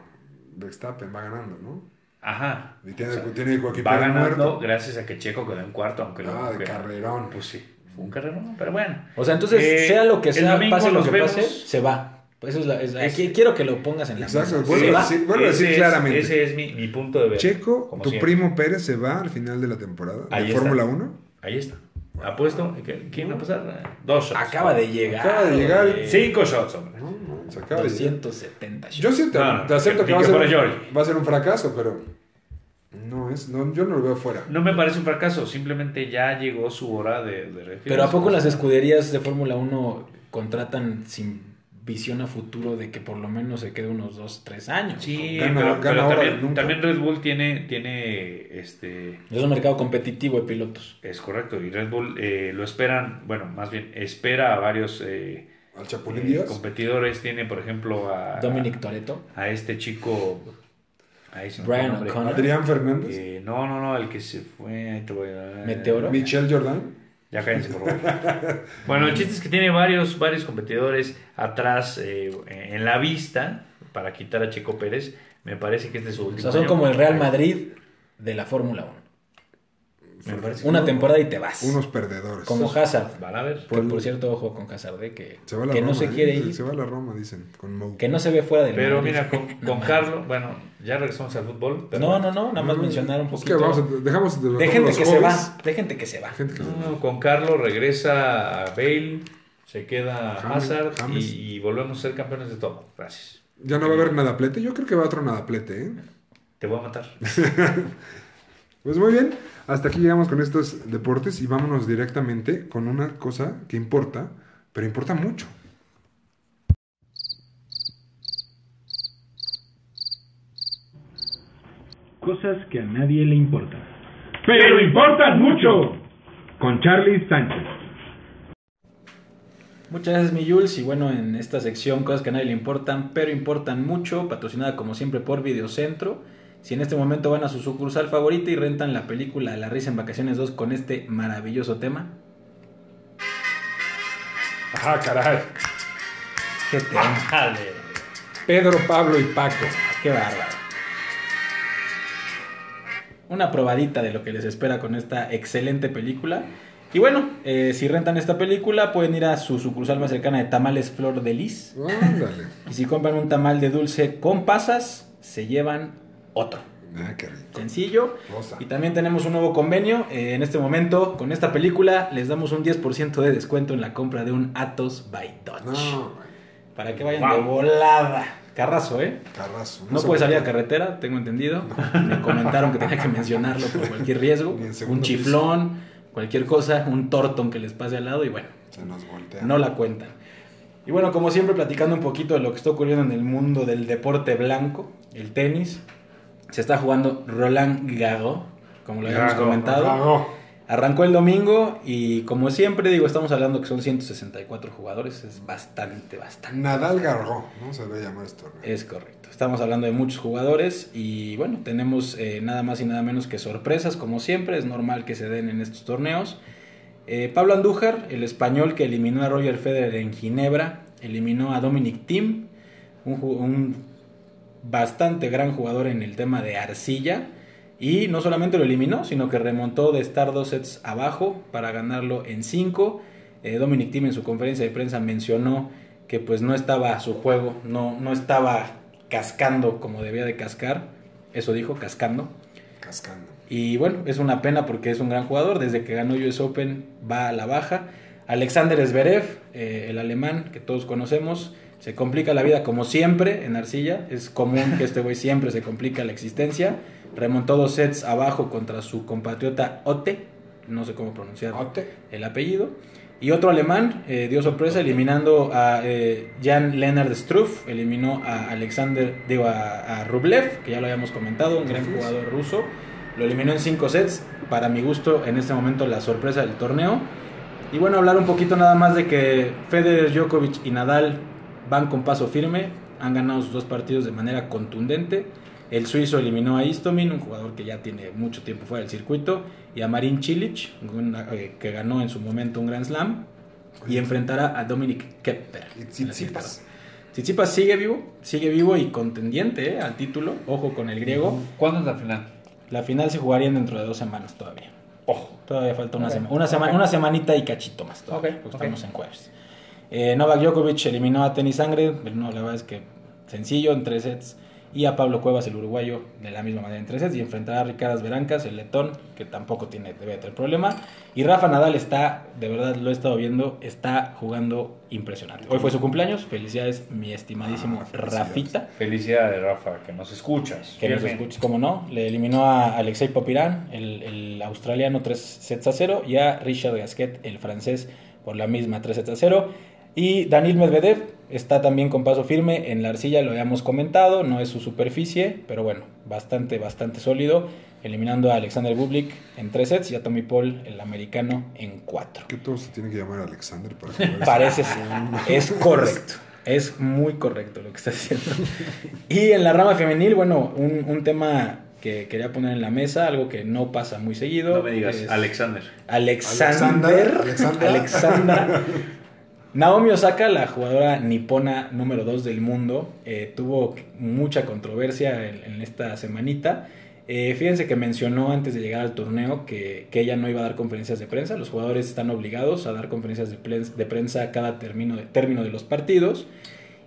A: Verstappen va ganando, ¿no?
C: Ajá.
A: Y tiene, tiene coequipero
C: Va ganando
A: muerto.
C: gracias a que Checo quedó en cuarto, aunque lo.
A: Ah, de
C: que-
A: carrerón.
C: Pues sí, fue un carrerón, pero bueno.
B: O sea, entonces,
C: Eh,
B: sea lo que
C: el
B: sea,
C: domingo
B: pase lo
C: los
B: que
C: vemos.
B: pase, se va. Pues Eso es la, es- aquí quiero que lo pongas en la
A: Exacto,
B: mesa.
A: vuelvo
B: Se
A: a
B: va.
A: decir- vuelvo a
C: Ese
A: decir
C: es-
A: claramente.
C: Ese es mi, mi punto de ver.
A: Checo,
C: como
A: tu
C: siempre.
A: primo Pérez se va al final de la temporada
C: Ahí
A: de
C: está.
A: Fórmula 1.
C: Ahí está. Apuesto. ¿qué- ¿Quién va a pasar? Dos shots.
B: Acaba de llegar.
A: Acaba de llegar.
B: güey.
C: Cinco shots, hombre.
A: No, no, se acaba de llegar.
B: 270
A: Yo sí te,
C: No, no,
A: te acepto
C: que
A: que va a,
C: pique
A: ser,
C: fuera
A: un-
C: Jordi.
A: va a ser un fracaso, pero no es, no, yo no lo veo fuera.
C: No me parece un fracaso, simplemente ya llegó su hora de, de refinar.
B: Pero ¿a poco las escuderías de Fórmula 1 contratan sin visión a futuro de que por lo menos se quede unos 2, 3 años?
C: Sí,
A: Gana-
C: pero,
A: gana
C: pero
A: ahora y
C: también,
A: nunca.
C: también Red Bull tiene, tiene este.
B: Es un mercado competitivo de pilotos.
C: Es correcto, y Red Bull eh, lo esperan, bueno, más bien espera a varios eh,
A: Al Chapulín
C: eh,
A: Díaz.
C: competidores. Tiene, por ejemplo,
A: Ah.
C: a,
B: Dominic Toretto.
C: a este chico. Ahí se me
B: Brian
C: fue el nombre.
B: O'Connor.
A: Adrián Fernández.
C: Eh, no, no, no, el que se fue. ahí te voy a-
B: Meteoro.
A: Michelle Jordan.
C: Ya cállense, por favor. bueno, el chiste es que tiene varios, varios competidores atrás eh, en la vista para quitar a Checo Pérez. Me parece que este es su
B: O
C: último.
B: sea, son
C: año.
B: como el Real Madrid de la Fórmula 1.
C: Me parece que
B: Una temporada y te vas.
A: Unos perdedores.
B: Como Hazard.
C: Van a ver.
B: Que por cierto, ojo con Hazard, eh, que,
A: Se va a la
B: que
A: Roma,
B: no se
A: ¿eh?
B: quiere
A: Se
B: ir.
A: va a la Roma, dicen. Con Mou.
B: Que no se ve fuera del
C: Pero
B: Madrid.
C: mira, con,
B: No
C: con
B: mames.
C: Carlos, bueno, ya regresamos al fútbol. pero-
B: No, no, no, nada más mencionar un
A: Es
B: poquito.
A: que vamos a, dejamos de
B: de gente
A: los
B: que se
A: hobbies.
B: va. De gente que se va.
A: Gente que se va.
C: No, con Carlos regresa a Bale, se queda
A: James,
C: Hazard
A: James.
C: Y, y volvemos a ser campeones de todo. Gracias.
A: Ya no va a haber nadaplete. Yo creo que va a otro nadaplete, ¿eh?
C: Te voy a matar.
A: Pues muy bien, hasta aquí llegamos con estos deportes y vámonos directamente con una cosa que importa, pero importa mucho.
E: Cosas que a nadie le importan. Pero importan mucho. Con Charlie Sánchez.
B: Muchas gracias, mi Jules. Y bueno, en esta sección, cosas que a nadie le importan, pero importan mucho, patrocinada como siempre por Videocentro. Si en este momento van a su sucursal favorita y rentan la película La Risa en Vacaciones 2 con este maravilloso tema.
C: Ah,
A: Ajá, caray.
B: ¡Qué tema!
C: Dale.
A: Pedro, Pablo y Paco.
B: ¡Qué bárbaro! Una probadita de lo que les espera con esta excelente película. Y bueno, eh, si rentan esta película, pueden ir a su sucursal más cercana de Tamales Flor de Lis.
A: Ándale.
B: Y si compran un tamal de dulce con pasas, se llevan otro.
A: Ah, qué rico.
B: Sencillo.
A: Rosa.
B: Y también tenemos un nuevo convenio. eh, en este momento, con esta película, les damos un 10% de descuento en la compra de un Atos by Dutch.
A: No, güey.
B: Para que vayan
C: Wow.
B: de volada. Carrazo, ¿eh?
A: Carrazo.
B: No
A: se
B: puede salir a
A: puede.
B: carretera, tengo entendido. Me comentaron que tenía que mencionarlo por cualquier riesgo.
A: Ni en segundo
B: Un chiflón, cualquier cosa, un tortón que les pase al lado y bueno,
A: Se nos voltea.
B: no la cuentan. Y bueno, como siempre, platicando un poquito de lo que está ocurriendo en el mundo del deporte blanco, el tenis. Se está jugando Roland Garros, como lo habíamos
C: Garros,
B: comentado.
A: Bravo.
B: Arrancó el domingo y como siempre digo, estamos hablando que son 164 jugadores, es bastante, bastante.
A: Nadal Garro, ¿no? Se debe llamar esto. ¿no?
B: Es correcto. Estamos hablando de muchos jugadores y bueno, tenemos eh, nada más y nada menos que sorpresas, como siempre, es normal que se den en estos torneos. Eh, Pablo Andújar, el español que eliminó a Roger Federer en Ginebra, eliminó a Dominic Thiem, un, ju- un bastante gran jugador en el tema de arcilla. Y no solamente lo eliminó, sino que remontó de estar dos sets abajo para ganarlo en cinco. Eh, Dominic Thiem en su conferencia de prensa mencionó que pues no estaba a su juego, no, no estaba cascando como debía de cascar. Eso dijo, cascando.
A: Cascando.
B: Y bueno, es una pena porque es un gran jugador. Desde que ganó US Open va a la baja. Alexander Zverev, eh, el alemán que todos conocemos, se complica la vida como siempre en Arcilla. Es común que este güey siempre se complica la existencia. Remontó dos sets abajo contra su compatriota Ote. No sé cómo pronunciar
A: Ote.
B: el apellido. Y otro alemán eh, dio sorpresa eliminando a eh, Jan Leonard Struff, eliminó a Alexander, digo, a, a Rublev, que ya lo habíamos comentado, un gran jugador ruso. Lo eliminó en cinco sets, para mi gusto en este momento la sorpresa del torneo. Y bueno, hablar un poquito nada más de que Federer, Djokovic y Nadal van con paso firme, han ganado sus dos partidos de manera contundente. El suizo eliminó a Istomin, un jugador que ya tiene mucho tiempo fuera del circuito, y a Marin Cilic, un- eh, que ganó en su momento un Grand Slam, y enfrentará a Dominic Kepper.
A: Y Tsitsipas.
B: Tsitsipas sigue vivo, sigue vivo y contendiente eh, al título, ojo con el griego.
C: ¿Cuándo es la final?
B: La final se jugaría dentro de dos semanas todavía. Ojo, todavía falta una semana. Una, sema- una semanita y cachito más todavía,
C: Ok,
B: porque
C: ok.
B: estamos en jueves. Eh, Novak Djokovic eliminó a Tenis Sangre, pero no, la verdad es que sencillo, en tres sets. Y a Pablo Cuevas, el uruguayo, de la misma manera en tres sets. Y enfrentará a Ricardas Verancas, el letón, que tampoco tiene, debe de tener problema. Y Rafa Nadal está, de verdad lo he estado viendo, está jugando impresionante. Hoy fue su cumpleaños, felicidades mi estimadísimo
A: Ah, felicidades.
B: Rafita
C: Felicidades, Rafa, que nos escuchas.
B: que nos
C: Bien.
B: escuches, como no. Le eliminó a Alexei Popirán, el, el australiano, 3 sets a 0, y a Richard Gasquet, el francés, por la misma 3 sets a 0. Y Daniel Medvedev está también con paso firme en la arcilla, lo habíamos comentado, no es su superficie, pero bueno, bastante, bastante sólido, eliminando a Alexander Bublik en 3 sets y a Tommy Paul, el americano, en 4.
A: ¿Qué todo se tiene que llamar Alexander para jugar esto?
B: Parece ser. Es correcto. Es muy correcto lo que está haciendo. Y en la rama femenil, bueno, un, un tema que quería poner en la mesa, algo que no pasa muy seguido.
C: No me digas,
B: es
C: Alexander.
B: Alexander.
A: Alexander.
B: Alexandra. Naomi Osaka, la jugadora nipona número 2 del mundo, eh, tuvo mucha controversia en, en esta semanita. Eh, fíjense que mencionó antes de llegar al torneo que, que ella no iba a dar conferencias de prensa. Los jugadores están obligados a dar conferencias de, plen- de prensa cada término de, término de los partidos.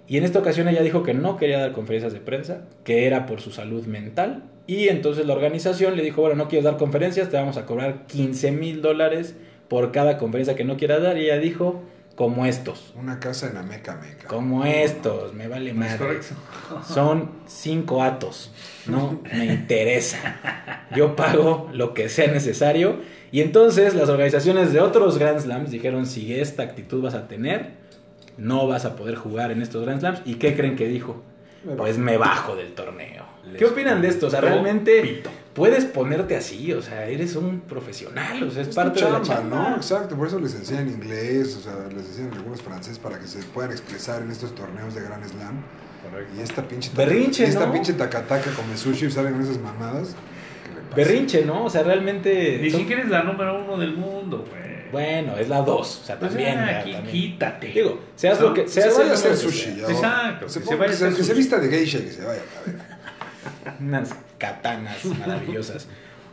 B: Y en esta ocasión ella dijo que no quería dar conferencias de prensa, que era por su salud mental. Y entonces la organización le dijo, bueno, no quieres dar conferencias, te vamos a cobrar 15 mil dólares por cada conferencia que no quieras dar. Y ella dijo, como estos,
A: Una casa en Ameca, Meca.
B: como estos, me vale
C: Es
B: madre.
C: correcto.
B: Son cinco atos, no me interesa. Yo pago lo que sea necesario. Y entonces las organizaciones de otros Grand Slams dijeron, si esta actitud vas a tener, no vas a poder jugar en estos Grand Slams. ¿Y qué creen que dijo?
A: Me
B: pues me bajo del torneo.
C: Les
B: ¿Qué opinan de esto? O sea,
C: pito,
B: realmente
C: pito.
B: puedes ponerte así, o sea, eres un profesional, o sea, es,
A: tu
B: parte de la chamba.
A: ¿no? Exacto, por eso les enseñan inglés, o sea, les enseñan algunos francés para que se puedan expresar en estos torneos de Gran Slam.
C: Correcto.
A: Y esta pinche
B: Berrinche,
A: y esta
B: ¿no?
A: pinche tacataca come sushi, salen con esas mamadas. ¿Qué le pasa?
B: Berrinche, ¿no? O sea, realmente
C: Ni
B: son-
C: siquiera es la número uno del mundo, güey.
B: bueno, es la dos, o sea,
C: Pues
B: también,
C: ya,
B: ya,
C: qui-
B: también.
C: quítate.
B: Digo, seas
C: No,
B: lo que
A: Que
B: seas
A: se vaya a
B: el
A: hacer
B: hombre que
A: sushi.
B: sea.
A: ya, ahora.
C: Exacto,
A: Se
C: que
A: ponga-
C: se vaya a
A: que se-
C: hacer
A: que se
C: sushi.
A: vista de geisha y que se vaya a la verga.
B: Unas katanas maravillosas.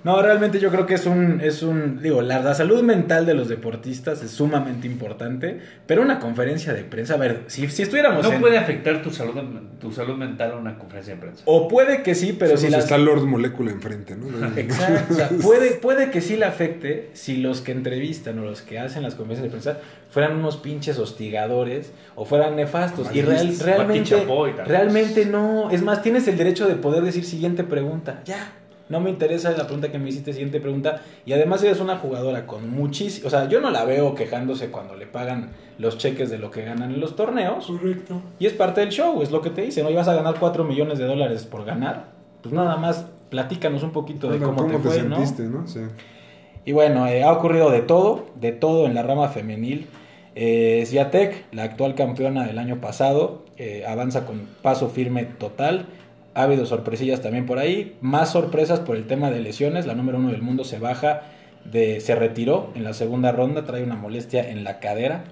B: No, realmente yo creo que es un, es un, digo, la, la salud mental de los deportistas es sumamente importante, pero una conferencia de prensa, a ver, si, si estuviéramos
A: pues
C: No
B: en-
C: puede afectar tu salud, tu salud mental una conferencia de
A: Oh,
C: prensa.
B: O puede que sí, pero si
A: Solo
B: la...
A: está Lord Molecula enfrente, ¿no?
B: Exacto. o sea, puede, puede que sí le afecte si los que entrevistan o los que hacen las conferencias de prensa fueran unos pinches hostigadores o fueran nefastos. Y real-
A: Amarillistas,
B: realmente,
C: patichapoy, tal vez.
B: realmente no. Es más, tienes el derecho de poder decir siguiente pregunta. Ya. No me interesa la pregunta que me hiciste, siguiente pregunta. Y además eres una jugadora con muchísimo... O sea, yo no la veo quejándose cuando le pagan los cheques de lo que ganan en los torneos.
A: Correcto.
B: Y es parte del show, es lo que te dicen. ¿no? Y vas a ganar 4 millones de dólares por ganar. Pues nada más, platícanos un poquito de
A: Bueno,
B: cómo, te, fue, ¿no?
A: sentiste, no? Sí.
B: Y bueno, eh, ha ocurrido de todo, de todo en la rama femenil. Eh, Swiatek, la actual campeona del año pasado, eh, avanza con paso firme total. Ha habido sorpresillas también por ahí. Más sorpresas por el tema de lesiones. La número uno del mundo se baja, de, se retiró en la segunda ronda, trae una molestia en la cadera.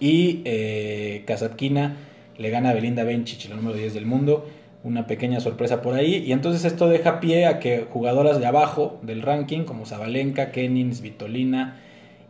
B: Y eh, Kazatkina le gana a Belinda Bencic, la número 10 del mundo. Una pequeña sorpresa por ahí. Y entonces esto deja pie a que jugadoras de abajo del ranking, como Zabalenka, Kennings, Vitolina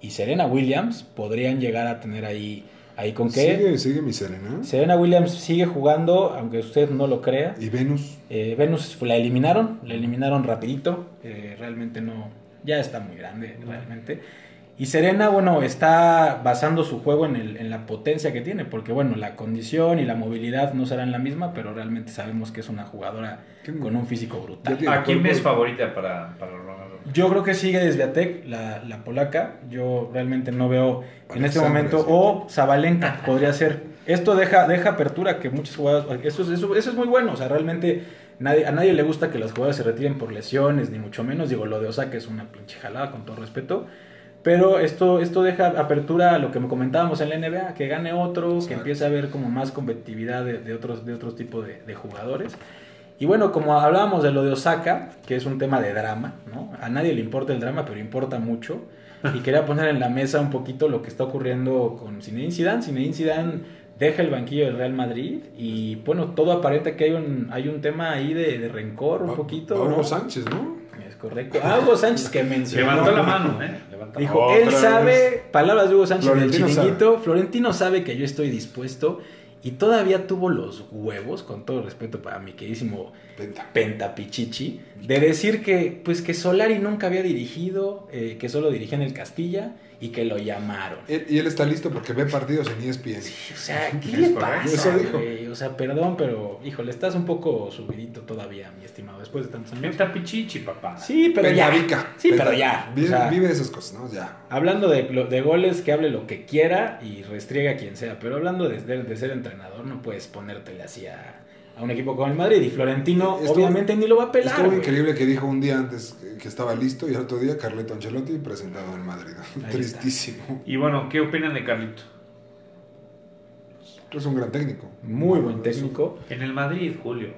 B: y Serena Williams, podrían llegar a tener ahí, ahí con qué.
A: Sigue, sigue mi Serena.
B: Serena Williams sigue jugando, aunque usted no lo crea.
A: Y Venus.
B: Eh, Venus la eliminaron, la eliminaron rapidito. eh, realmente no, ya está muy grande, realmente. Y Serena, bueno, está basando su juego en, el- en la potencia que tiene, porque bueno, la condición y la movilidad no serán la misma, pero realmente sabemos que es una jugadora
A: ¿Qué-
B: con un físico brutal.
A: Ya tiene
C: ¿A quién
A: cuerpo-
C: ves favorita para, para Ronaldo?
B: Yo creo que sigue desde Atec, la, la polaca. Yo realmente no veo en este
A: Alexandra
B: momento. O Zabalenka podría ser. Esto deja, deja apertura que muchas jugadoras. Eso, es- eso, eso es muy bueno. O sea, realmente nadie, a nadie le gusta que las jugadoras se retiren por lesiones, ni mucho menos. Digo, lo de Osaka es una pinche jalada, con todo respeto. Pero esto, esto deja apertura a lo que comentábamos en la NBA, que gane otro, que
A: Exacto.
B: empiece a haber como más competitividad de, de otros, de otros tipos de, de jugadores. Y bueno, como hablábamos de lo de Osaka, que es un tema de drama, ¿no? A nadie le importa el drama, pero importa mucho. Y quería poner en la mesa un poquito lo que está ocurriendo con Zinedine Zidane. Zinedine Zidane deja el banquillo del Real Madrid y bueno, todo aparenta que hay un, hay un tema ahí de, de rencor un
A: Va-
B: poquito.
A: va Ah, Hugo
B: ¿no?
A: Sánchez, ¿no?
B: Es correcto. Ah, Hugo Sánchez que mencionó.
C: Levantó la mano, ¿eh? Levantó la
B: Dijo,
C: mano.
B: él sabe, palabras de Hugo Sánchez
A: Florentino
B: del chiringuito, Florentino sabe que yo estoy dispuesto y todavía tuvo los huevos, con todo respeto para mi queridísimo
A: Venta.
B: Pentapichichi, de decir que, pues, que Solari nunca había dirigido, eh, que solo dirigía en el Castilla y que lo llamaron.
A: Él- y él está listo porque ve partidos en E ESPN.
B: O sea, ¿qué le
C: Es
B: pasa?
C: correcto.
A: Eso dijo.
B: güey? O sea, perdón, pero, híjole, estás un poco subidito todavía, mi estimado, después de tantos años.
C: Venta pichichi, papá.
B: Sí, pero ya.
A: Pentavica.
B: Sí, pero
A: Penta-
B: ya. O
A: Vive,
B: sea,
A: vive de esas cosas, ¿no? Ya.
B: Hablando de, lo- de goles, que hable lo que quiera y restriega a quien sea. Pero hablando de, de- de ser entrenador, no puedes ponértele así a, a un equipo como el Madrid. Y Florentino,
A: Estuvo-
B: obviamente, ni lo va a pelar.
A: Estuvo
B: güey.
A: increíble que dijo un día antes que- que estaba listo y al otro día Carleto Ancelotti presentado en Madrid.
B: está.
A: Tristísimo.
C: Y bueno, ¿qué opinan de Carlito?
A: Es un gran técnico.
B: Muy buen
A: Es un-
B: técnico.
C: En el Madrid, Julio.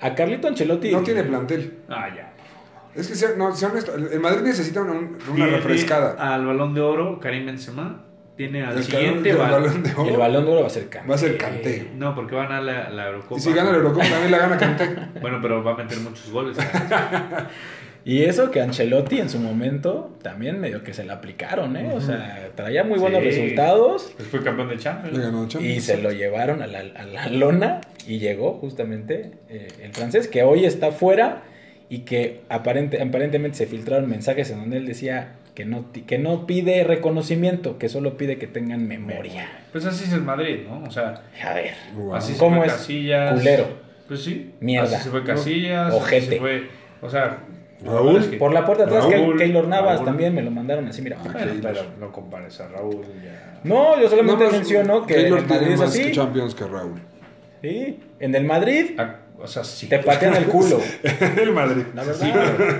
B: A Carlito Ancelotti.
A: No tiene plantel.
C: Ah, ya.
A: Es que, sea, no, sea honesto, el el Madrid necesita una, una
C: Tiene
B: Ah,
A: refrescada.
C: Al balón de oro, Karim Benzema. Tiene al
A: El balón-
C: siguiente
A: el
C: balón.
A: balón de oro.
B: El balón de oro va Eh, a ser Kanté.
A: Va a ser Kanté.
C: No, porque va a ganar la, la Eurocopa.
A: Y si gana la Eurocopa también la gana Kanté.
C: Bueno, pero va a meter muchos goles.
B: Y eso que Ancelotti en su momento también medio que se la aplicaron, ¿eh? O sea, traía muy buenos
C: Sí.
B: resultados.
C: Pues fue campeón de
A: Le
C: Champions.
A: ganó
B: Y
A: Champions.
B: se lo llevaron a la, a la lona y llegó justamente eh, el francés, que hoy está fuera y que aparente- aparentemente se filtraron mensajes en donde él decía que no, ti- que no pide reconocimiento, que solo pide que tengan memoria.
C: Pues así es el Madrid, ¿no? O sea,
B: A ver,
A: Wow.
C: así se
B: ¿Cómo
C: fue
B: es?
C: Casillas.
B: Culero.
C: Pues sí.
B: Mierda.
C: Así se fue Casillas.
B: No.
C: así
B: Ojete.
C: se fue- o sea,
A: Raúl,
C: es que-
B: por la puerta de atrás, Kay-
C: Raúl,
B: Keylor Navas
C: Raúl. Ah,
B: también me lo mandaron así, mira.
C: Bueno,
A: Keylor.
C: pero no compares a Raúl. ya.
B: No, yo solamente
A: No, pues,
B: menciono que en
A: Keylor
B: el
A: tiene
B: Madrid es
A: más
B: así.
A: Champions que Raúl.
B: Sí, en el Madrid
C: Ah, O sea, sí.
B: te patean el culo.
A: el Madrid.
B: La verdad,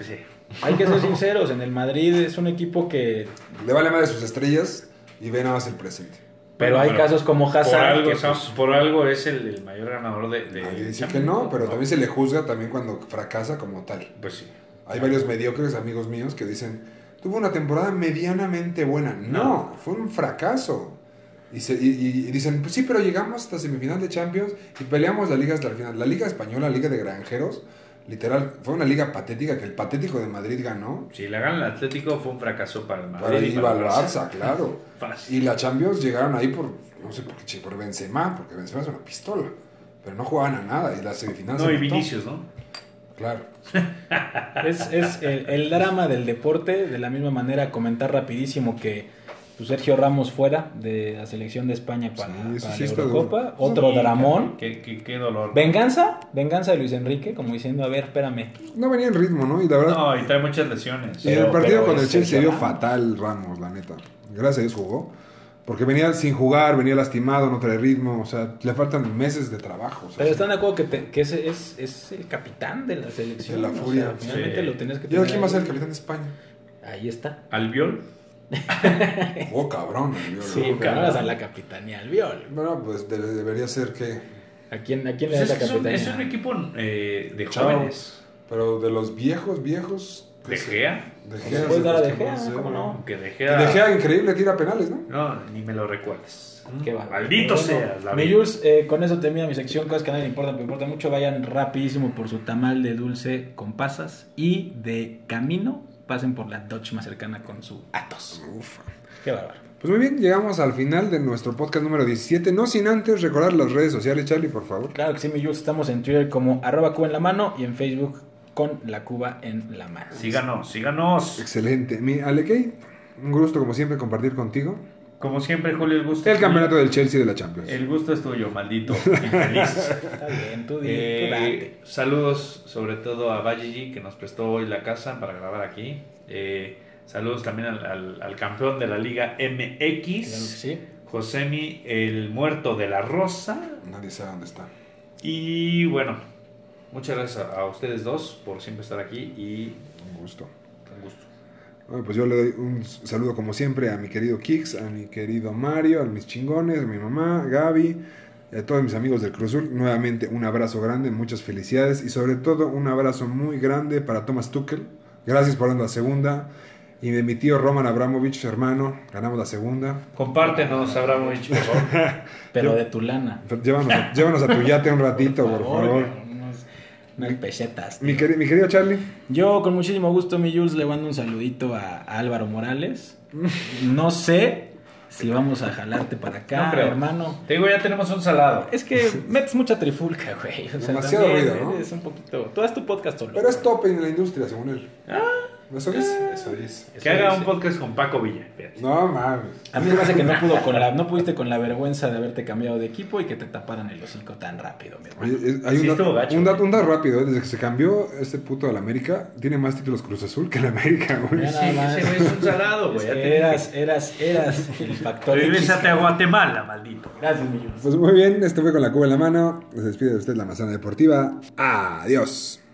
C: Sí.
B: hay que ser sinceros, en el Madrid es un equipo que
A: Le vale madre sus estrellas y ve nada más el presente.
B: Pero hay
C: Bueno,
B: casos como
C: Por
B: Hazard
C: algo,
B: que,
C: Sam,
B: pues,
C: por algo es el, el mayor ganador de. de
A: Nadie dice que
C: Champions,
A: no, pero también se le juzga también cuando fracasa como tal.
C: Pues sí.
A: Hay varios mediocres amigos míos que dicen, tuvo una temporada medianamente buena. No, fue un fracaso. Y, se- y- y- y dicen, pues sí, pero llegamos hasta semifinal de Champions y peleamos la liga hasta la final. La liga española, la liga de granjeros, literal, fue una liga patética que el patético de Madrid ganó.
C: Si la gana el Atlético fue un fracaso para el Madrid.
A: Para
C: y
A: ir al
C: el
A: Barça, claro.
C: Fácil.
A: Y la Champions llegaron ahí por, no sé por qué, chi- por Benzema, porque Benzema es una pistola. Pero no jugaban a nada y la semifinal
C: No,
A: se
C: y
A: mató.
C: Vinicius, ¿no?
A: Claro.
B: Es, es el, el drama del deporte, de la misma manera comentar rapidísimo que pues, Sergio Ramos fuera de la selección de España para,
A: Sí, eso
B: para
A: sí
B: la
A: está duro.
B: Eurocopa, otro dramón.
C: Qué, qué- qué dolor.
B: Venganza, venganza de Luis Enrique, como diciendo, a ver, espérame.
A: No venía en ritmo, ¿no? Y la verdad,
C: No, y trae muchas lesiones.
A: y el
B: pero-
A: partido
B: pero
A: con el
B: es
A: Chelsea se
B: Sergio
A: dio
B: Ramos.
A: fatal Ramos, la neta. Gracias a Dios jugó. Porque venía sin jugar, venía lastimado, no trae ritmo. O sea, le faltan meses de trabajo. o sea,
B: Pero
A: sí.
B: están de acuerdo que, te- que ese es, es el capitán de la selección.
A: De la
B: o sea,
A: furia,
B: finalmente
C: sí.
B: lo tenías que
A: ¿Y ahora
B: tener.
A: quién va a
B: ahí.
A: ser el capitán de España?
B: Ahí está.
C: eh, Albiol.
A: Oh, cabrón. el Viola.
B: Sí,
A: Oh,
B: que ahora
A: cabrón.
B: es a la capitanía al viol.
A: Bueno, pues de- debería ser que...
B: ¿A quién, a quién
C: Pues
B: le
C: es,
B: das
C: que es
B: la
C: un, es un
B: capitanía?
C: equipo eh, de
A: Chao.
C: jóvenes.
A: Pero de los viejos, viejos... que
C: De
A: se-
C: Gea.
A: De
B: Se
A: Gea.
B: puede
A: es
B: dar a
A: los
B: De
A: que
B: Gea,
A: sé,
B: ¿cómo no?
C: Aunque de
A: Y
C: Gea.
A: De Gea, increíble, tira penales, ¿no?
C: No, ni me lo recuerdes.
B: Mm. Qué bárbaro.
C: Maldito
B: Pero bueno,
C: seas, la
B: Mi
C: vida.
B: Jules, eh, con eso termina mi sección, cosas que a nadie le importan, pero importan mucho. Vayan rapidísimo por su tamal de dulce con pasas y de camino pasen por la Dodge más cercana con su Atos.
A: Ufa.
B: Qué bárbaro.
A: Pues muy bien, llegamos al final de nuestro podcast número 17. No sin antes recordar las redes sociales, Charlie, por favor.
B: Claro que sí, mi Jules, estamos en Twitter como arroba cuba en la mano y en Facebook con la cuba en la mano.
C: Síganos, síganos.
A: Excelente. Mi Alekei, un gusto como siempre compartir contigo.
C: Como siempre, Julio, el gusto.
A: El
C: es tuyo.
A: campeonato del Chelsea de la Champions.
C: El gusto es tuyo, maldito. Infeliz.
B: Está bien, tú di, tú date.
C: Eh, saludos sobre todo a Valligi que nos prestó hoy la casa para grabar aquí. Eh, saludos también al, al- al campeón de la Liga
B: Claro que
C: MX,
B: sí.
C: Josemi, el muerto de la rosa.
A: Nadie sabe dónde está.
C: Y bueno, muchas gracias a, a ustedes dos por siempre estar aquí y
A: Un gusto.
C: un gusto.
A: Bueno, pues yo le doy un saludo como siempre a mi querido Kix, a mi querido Mario, a mis chingones, a mi mamá, Gaby, y a todos mis amigos del Cruzul. Nuevamente un abrazo grande, muchas felicidades y sobre todo un abrazo muy grande para Thomas Tuchel. Gracias por la segunda. Y de mi tío Roman Abramovich, hermano, ganamos la segunda.
C: Compártenos, Abramovich, por favor.
B: Pero de tu lana.
A: Pero Llévanos a, llévanos a tu yate un ratito, por favor.
B: unos- Unas pesetas.
A: Mi,
B: tío.
A: queri- mi querido Charlie,
B: Yo con muchísimo gusto, mi Jules, le mando un saludito a, a Álvaro Morales. No sé si vamos a jalarte para acá,
C: No creo.
B: hermano.
C: Te digo, ya tenemos un salado.
B: Es que metes mucha trifulca, güey. O sea,
A: Demasiado
B: también
A: ruido, ¿no?
B: eres un poquito... Tú haz tu podcast solo.
A: pero es tope en la industria, según él. ¿Eso es? Eso es.
B: Eso
C: Que haga
B: dice.
C: un podcast con Paco Villa. fíjate.
A: No mames.
B: A mí me parece que no, pudo con la, no pudiste con la vergüenza de haberte cambiado de equipo y que te taparan el hocico tan rápido, mi hermano.
A: Oye, es- hay
C: Sí,
A: un,
C: estuvo
A: dato,
C: gacho,
A: un, dato,
C: güey.
A: un dato rápido, ¿eh? desde que se cambió este puto de la América, tiene más títulos Cruz Azul que la América, güey.
B: Mira,
C: Sí, ese güey es un salado,
B: Es
C: güey. ya
B: que
C: te dije.
B: Pues eras, eras, eras el factor X.
C: Regresate a Guatemala, maldito.
B: Gracias, mi Jules.
A: Pues muy bien, este fue con la cuba en la mano. Se despide de usted la manzana deportiva. Adiós.